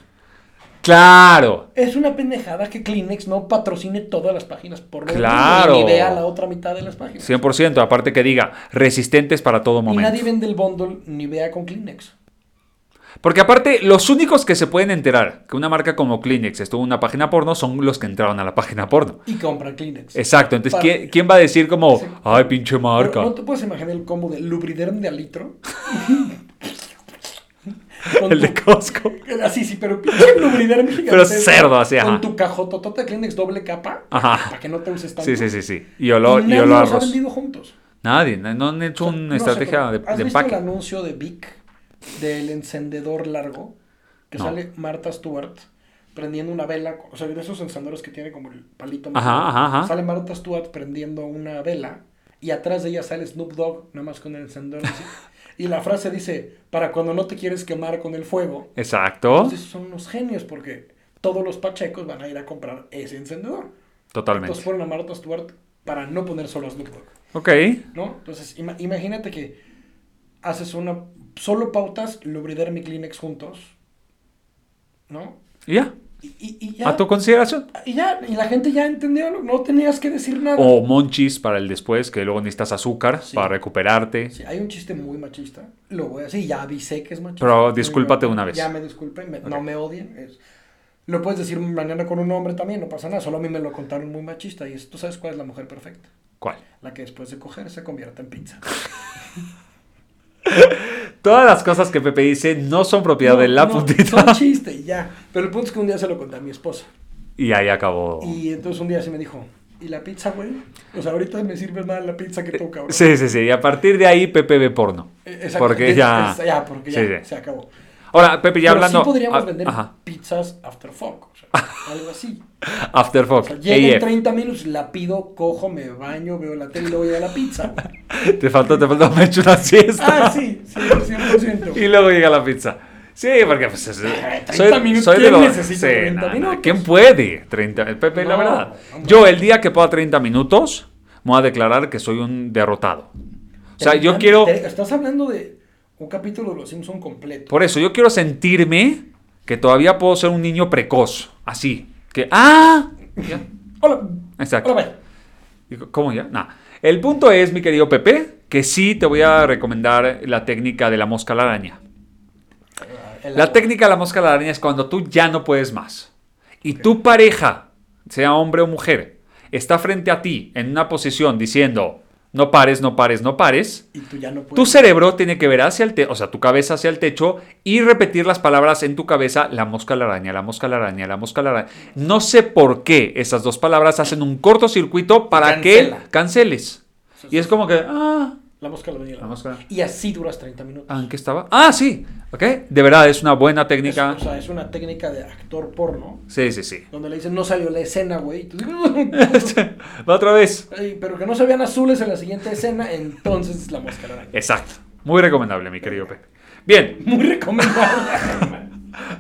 [SPEAKER 1] Claro,
[SPEAKER 2] Es una pendejada que Kleenex no patrocine todas las páginas por lo
[SPEAKER 1] Claro.
[SPEAKER 2] menos, ni vea la otra mitad de las páginas.
[SPEAKER 1] 100%. Aparte que diga, resistentes para todo
[SPEAKER 2] y
[SPEAKER 1] momento.
[SPEAKER 2] nadie vende el bundle ni vea con Kleenex.
[SPEAKER 1] Porque aparte, los únicos que se pueden enterar que una marca como Kleenex estuvo en una página porno son los que entraron a la página porno.
[SPEAKER 2] Y compran Kleenex.
[SPEAKER 1] Exacto, entonces,
[SPEAKER 2] Para-
[SPEAKER 1] ¿quién, quién va a decir como,
[SPEAKER 2] Sí.
[SPEAKER 1] ay, pinche marca?
[SPEAKER 2] Pero No te puedes imaginar el combo de lubriderm de alitro.
[SPEAKER 1] [LAUGHS]
[SPEAKER 2] Con
[SPEAKER 1] El de
[SPEAKER 2] tu-
[SPEAKER 1] Costco.
[SPEAKER 2] Así, sí, pero pinche
[SPEAKER 1] [LAUGHS]
[SPEAKER 2] lubriderm
[SPEAKER 1] Pero
[SPEAKER 2] gigantesco,
[SPEAKER 1] cerdo, así, ajá.
[SPEAKER 2] Con tu cajototota de Kleenex doble capa.
[SPEAKER 1] Ajá.
[SPEAKER 2] Para que no te uses tanto.
[SPEAKER 1] Sí, sí, sí, sí. Y olor, y
[SPEAKER 2] Nadie
[SPEAKER 1] olor a
[SPEAKER 2] los ha
[SPEAKER 1] arroz.
[SPEAKER 2] vendido juntos.
[SPEAKER 1] Nadie, no no han hecho una
[SPEAKER 2] No sé,
[SPEAKER 1] estrategia
[SPEAKER 2] pero
[SPEAKER 1] de,
[SPEAKER 2] ¿Has
[SPEAKER 1] de
[SPEAKER 2] visto el
[SPEAKER 1] empaque.
[SPEAKER 2] anuncio de Vic del encendedor largo? Que
[SPEAKER 1] No.
[SPEAKER 2] sale Martha Stewart prendiendo una vela, o sea, de esos encendedores que tiene como el palito.
[SPEAKER 1] Ajá,
[SPEAKER 2] más largo.
[SPEAKER 1] ajá, ajá.
[SPEAKER 2] Sale Martha Stewart prendiendo una vela y atrás de ella sale Snoop Dogg, nada más con el encendedor.
[SPEAKER 1] [LAUGHS]
[SPEAKER 2] así. y la frase dice, para cuando no te quieres quemar con el fuego.
[SPEAKER 1] Exacto,
[SPEAKER 2] Entonces son unos genios porque todos los pachecos van a ir a comprar ese encendedor. Entonces
[SPEAKER 1] totalmente.
[SPEAKER 2] fueron a Martha Stewart para no poner solo a Snoop Dogg.
[SPEAKER 1] Ok,
[SPEAKER 2] ¿no? Entonces, ima- imagínate que haces una. Solo pautas Lubriderm y Kleenex juntos, ¿no?
[SPEAKER 1] y ya,
[SPEAKER 2] Y, y- y ya.
[SPEAKER 1] a tu consideración.
[SPEAKER 2] Y ya, y la gente ya entendió, no- no tenías que decir nada.
[SPEAKER 1] O monchis para el después, que luego necesitas azúcar
[SPEAKER 2] Sí.
[SPEAKER 1] para recuperarte.
[SPEAKER 2] Sí, hay un chiste muy machista, lo voy a decir, ya avisé que es machista.
[SPEAKER 1] Pero
[SPEAKER 2] Muy
[SPEAKER 1] discúlpate
[SPEAKER 2] bien,
[SPEAKER 1] una vez.
[SPEAKER 2] Ya me disculpen, me- no
[SPEAKER 1] Ok.
[SPEAKER 2] me odien. es- Lo puedes decir mañana con un hombre también, no pasa nada, solo a mí me lo contaron muy machista y es, tú sabes cuál es la mujer perfecta.
[SPEAKER 1] ¿Cuál?
[SPEAKER 2] La que después de coger se convierte en pizza.
[SPEAKER 1] Todas las cosas que Pepe dice no son propiedad de la puntita.
[SPEAKER 2] Son chiste y ya. Pero el punto es que un día se lo conté a mi esposa.
[SPEAKER 1] [LAUGHS] Y ahí acabó.
[SPEAKER 2] Y entonces un día se me dijo, ¿y la pizza, güey? O sea, ahorita me sirve más la pizza que tú, cabrón.
[SPEAKER 1] Eh, Sí, sí, sí. Y a partir de ahí Pepe ve porno.
[SPEAKER 2] Eh, exacto.
[SPEAKER 1] Porque
[SPEAKER 2] Es-
[SPEAKER 1] ya...
[SPEAKER 2] es- ya, porque ya
[SPEAKER 1] Sí, sí.
[SPEAKER 2] se acabó.
[SPEAKER 1] Ahora, Pepe, ya
[SPEAKER 2] Pero
[SPEAKER 1] hablando...
[SPEAKER 2] sí podríamos
[SPEAKER 1] ah,
[SPEAKER 2] vender
[SPEAKER 1] ajá.
[SPEAKER 2] pizzas after fuck, o
[SPEAKER 1] [LAUGHS]
[SPEAKER 2] sea, algo así.
[SPEAKER 1] After
[SPEAKER 2] O
[SPEAKER 1] Fuck.
[SPEAKER 2] sea, llega en
[SPEAKER 1] AF.
[SPEAKER 2] 30 minutos, la pido, cojo, me baño, veo la tele y luego llega la pizza. güey.
[SPEAKER 1] Te faltó, te faltó, me echo una siesta.
[SPEAKER 2] Ah, sí, sí, 100%.
[SPEAKER 1] Y luego llega la pizza. Sí, porque pues, es-
[SPEAKER 2] 30 Eh, minutos, ¿quién necesita 30
[SPEAKER 1] na, na,
[SPEAKER 2] minutos?
[SPEAKER 1] ¿Quién puede? 30, el Pepe, la
[SPEAKER 2] No,
[SPEAKER 1] verdad.
[SPEAKER 2] hombre.
[SPEAKER 1] Yo el día que pueda 30 minutos, me voy a declarar que soy un derrotado. O sea, yo
[SPEAKER 2] Te-
[SPEAKER 1] quiero...
[SPEAKER 2] te- Estás hablando de un capítulo de Los Simpson completo.
[SPEAKER 1] Por eso, yo quiero sentirme que todavía puedo ser un niño precoz. Así. Que... ¡Ah! Ya.
[SPEAKER 2] Hola.
[SPEAKER 1] Exacto.
[SPEAKER 2] Hola, bye.
[SPEAKER 1] Digo, ¿Cómo ya? Nah. El punto es, mi querido Pepe, que sí te voy a recomendar la técnica de la mosca a la araña.
[SPEAKER 2] El
[SPEAKER 1] La
[SPEAKER 2] agua.
[SPEAKER 1] técnica de la mosca de la araña es cuando tú ya no puedes más. Y tu pareja, sea hombre o mujer, está frente a ti en una posición diciendo, no pares, no pares, no pares.
[SPEAKER 2] Y tú ya no puedes.
[SPEAKER 1] Tu cerebro tiene que ver hacia el techo, o sea, tu cabeza hacia el techo y repetir las palabras en tu cabeza, la mosca la araña, la mosca la araña, la mosca la araña. No sé por qué esas dos palabras hacen un cortocircuito para que
[SPEAKER 2] Cancela.
[SPEAKER 1] canceles. Y es como que, ah,
[SPEAKER 2] La mosca la venía.
[SPEAKER 1] La mosca.
[SPEAKER 2] Y así duras 30 minutos.
[SPEAKER 1] ¿en qué estaba? Ah, sí, ok. De verdad, es una buena
[SPEAKER 2] Es,
[SPEAKER 1] técnica.
[SPEAKER 2] o sea, es una técnica de actor porno.
[SPEAKER 1] Sí, sí, sí. [LAUGHS]
[SPEAKER 2] Donde le dicen, no salió la escena, güey. [LAUGHS] Y tú dices,
[SPEAKER 1] Va otra vez.
[SPEAKER 2] "Ay, pero que no se vean azules en la siguiente escena, entonces es la mosca
[SPEAKER 1] [LAUGHS]
[SPEAKER 2] la araña.
[SPEAKER 1] Exacto. Muy recomendable, mi querido Pepe. Bien,
[SPEAKER 2] Muy recomendable.